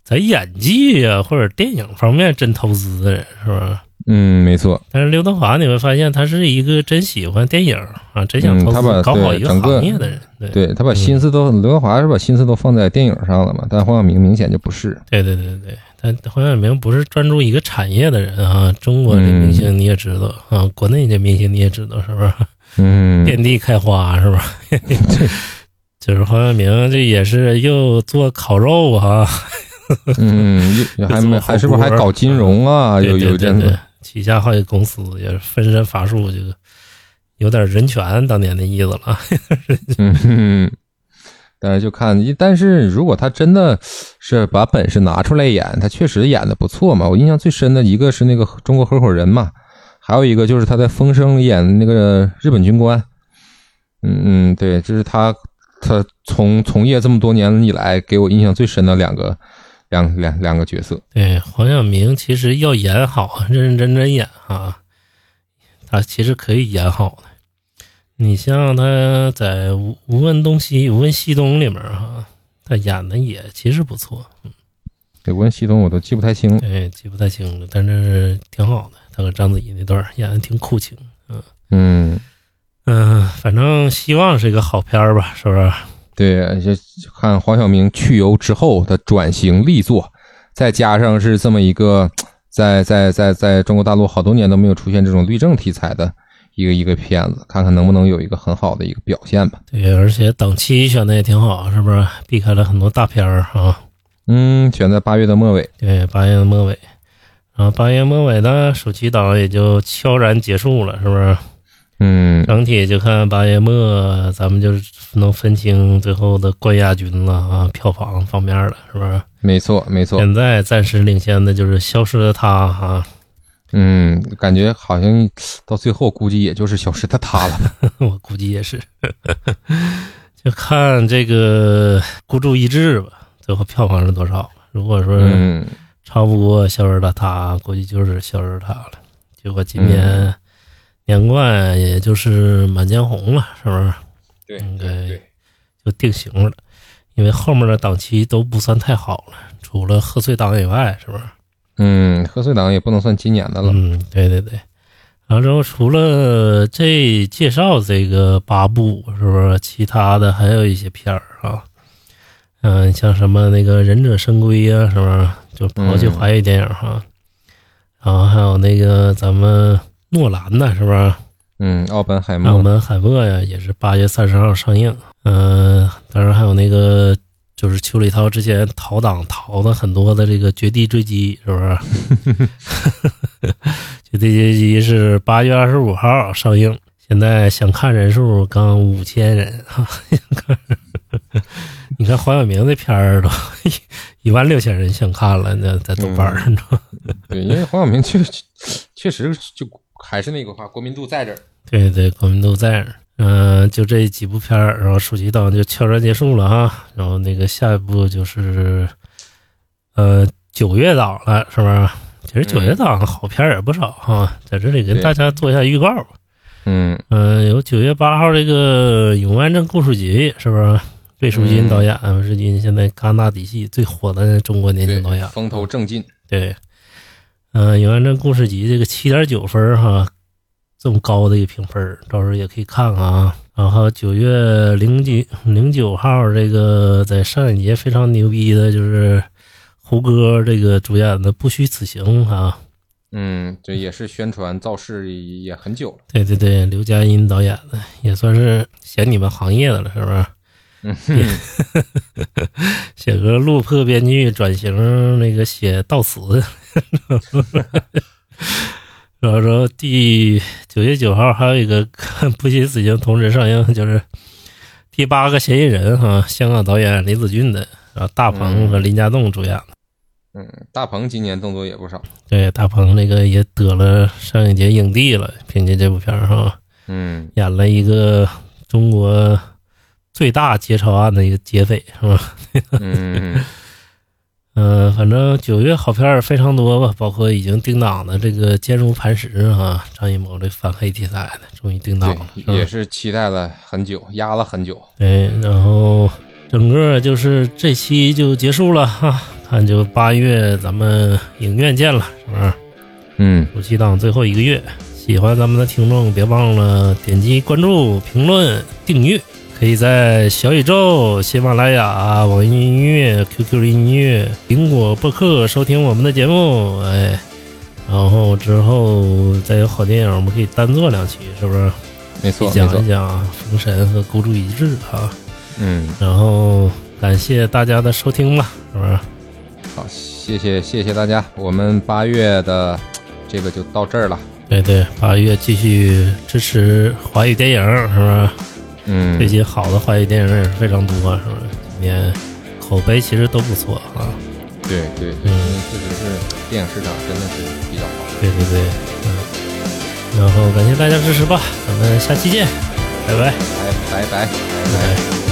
S2: 在演技呀、或者电影方面真投资的人，是吧？
S3: 嗯，没错，
S2: 但是刘德华你会发现，他是一个真喜欢电影啊，真想
S3: 嗯
S2: 投
S3: 他
S2: 资
S3: 把
S2: 搞好
S3: 对
S2: 一个
S3: 整个
S2: 行业的人。对嗯
S3: 对他把心思都，刘德华是把心思都放在电影上了嘛，但黄晓明明显就不是。
S2: 对对对对，但黄晓明不是专注一个产业的人啊。中国的明星你也知道、啊，国内的明星你也知道，是不是？
S3: 嗯，
S2: 遍地开花，是吧？ 就是黄晓明，这也是又做烤肉啊，
S3: 嗯，又还没还是不是还搞金融啊？
S2: 对
S3: 有
S2: 对对
S3: 有阵
S2: 对
S3: 子，，
S2: 旗下好几公司也是分身乏术，这个有点人权当年的意思了。
S3: 嗯哼，但是就看， 但是如果他真的是把本事拿出来演，他确实演的不错嘛。我印象最深的一个是那个中国合伙人嘛，还有一个就是他在《风声》里演的那个日本军官。嗯嗯，对，这是他他从从业这么多年以来给我印象最深的两个两两两个角色。
S2: 对，黄晓明其实要演好，认认真真演啊，他其实可以演好的。你像他在无《无问东西》《无问西东》里面啊，他演的也其实不错，
S3: 对，我跟系统我都记不太清。
S2: 对，哎记不太清了，但是挺好的。他和章子怡那段儿演的挺酷情，
S3: 嗯，
S2: 嗯、反正希望是一个好片儿吧，是不是？
S3: 对，而且看黄晓明去油之后的转型力作，再加上是这么一个在在在在中国大陆好多年都没有出现这种律政题材的一个一个片子，看看能不能有一个很好的一个表现吧。
S2: 对，而且档期选的也挺好，是不是？避开了很多大片儿啊。
S3: 嗯，选在八月的末尾。
S2: 对，八月的末尾，然后八月末尾呢，暑期档也就悄然结束了，是不是？
S3: 嗯，
S2: 整体就看八月末，咱们就能分清最后的冠亚军了啊，票房方面了，是不是？
S3: 没错没错。
S2: 现在暂时领先的就是《消失的她》啊，
S3: 嗯，感觉好像到最后估计也就是消失的他了。
S2: 我估计也是，就看这个孤注一掷吧，最后票房是多少。如果说
S3: 嗯
S2: 超不过《消失的她》，估计就是《消失的她》了。结果今年年冠也就是《满江红》了，是不是？
S3: 嗯对
S2: 应该就定型了，因为后面的档期都不算太好了，除了贺岁档以外，是不是？
S3: 嗯，贺岁档也不能算今年的了。
S2: 嗯，对对对。然后之后除了这介绍这个八部，是不是？其他的还有一些片儿啊，嗯、像什么那个《忍者神龟》啊，是不是？就抛弃
S3: 嗯
S2: 华语电影哈、然后还有那个咱们诺兰呢，是不是？
S3: 嗯，奥本海
S2: 让我
S3: 默。
S2: 呃们海默呀，也是八月三十号上映。嗯、当然还有那个就是邱礼涛之前逃党逃的很多的这个《绝地追击》，是不是？ 绝地追击是八月二十五号上映，现在想看人数刚五千人 哈。你看黄晓明那片儿都一万六千人想看了，那在豆瓣儿上。
S3: 对，因为黄晓明确确确实就还是那个话，国民度在这儿。
S2: 对对，国民都在这儿。嗯、就这几部片儿，然后暑期档就悄然结束了哈。然后那个下一部就是，呃，九月档了，是不是？其实九月档好片儿也不少哈，在这里跟
S3: 对
S2: 大家做一下预告吧。
S3: 嗯
S2: 嗯、有九月八号这个《永安镇故事集》，是不是？魏淑金导演，魏淑金现在戛纳底系最火的中国年轻导演，
S3: 风头正劲。
S2: 对，嗯、永安镇故事集》这个七点九分儿哈，这么高的一个评分儿，到时候也可以看看啊。然后九月零几零九号，这个在上影节非常牛逼的就是胡歌这个主演的《不虚此行》啊，
S3: 嗯，这也是宣传造势也很久了。
S2: 对对对，刘佳音导演的，也算是写你们行业的了，是不是？
S3: 嗯，
S2: 写个落魄编剧转型，那个写悼词， 然后说第九月九号还有一个 不虚此行同时上映，就是第八个嫌疑人哈、香港导演李子俊的，然后大鹏和林家栋主演的。
S3: 嗯，大鹏今年动作也不少。
S2: 对，大鹏那个也得了上影节影帝了，凭借这部片儿哈、
S3: 嗯，
S2: 演了一个中国最大劫钞案的一个劫匪是吧？
S3: 嗯，
S2: 嗯，反正九月好片儿非常多吧，包括已经定档的这个《坚如磐石》啊，张艺谋这反黑题材的终于定档 了，是吧
S3: 对，也是期待了很久，压了很久。
S2: 对，然后整个就是这期就结束了哈、看就八月咱们影院见了，是不是？
S3: 嗯，
S2: 暑期档最后一个月，喜欢咱们的听众别忘了点击关注、评论、订阅，可以在小宇宙、喜马拉雅、网易音乐、QQ 音乐、苹果播客收听我们的节目，哎，然后之后再有好电影，我们可以单做两期，是不是？
S3: 没错没
S2: 讲
S3: 错
S2: 一。讲《封神》和《孤注一掷》啊，
S3: 嗯，
S2: 然后感谢大家的收听吧，是不是？
S3: 好，谢谢谢谢大家，我们八月的这个就到这儿了。
S2: 对对，八月继续支持华语电影，是不是？
S3: 嗯
S2: 最，近好的华语电影也是非常多，啊是不是？今年口碑其实都不错啊。
S3: 对对，
S2: 嗯
S3: 对，确实是电影市场真的是比较好。
S2: 对对对，嗯。然后感谢大家支持吧，咱们下期见，拜拜，
S3: 拜拜拜
S2: 拜
S3: 拜拜
S2: 拜。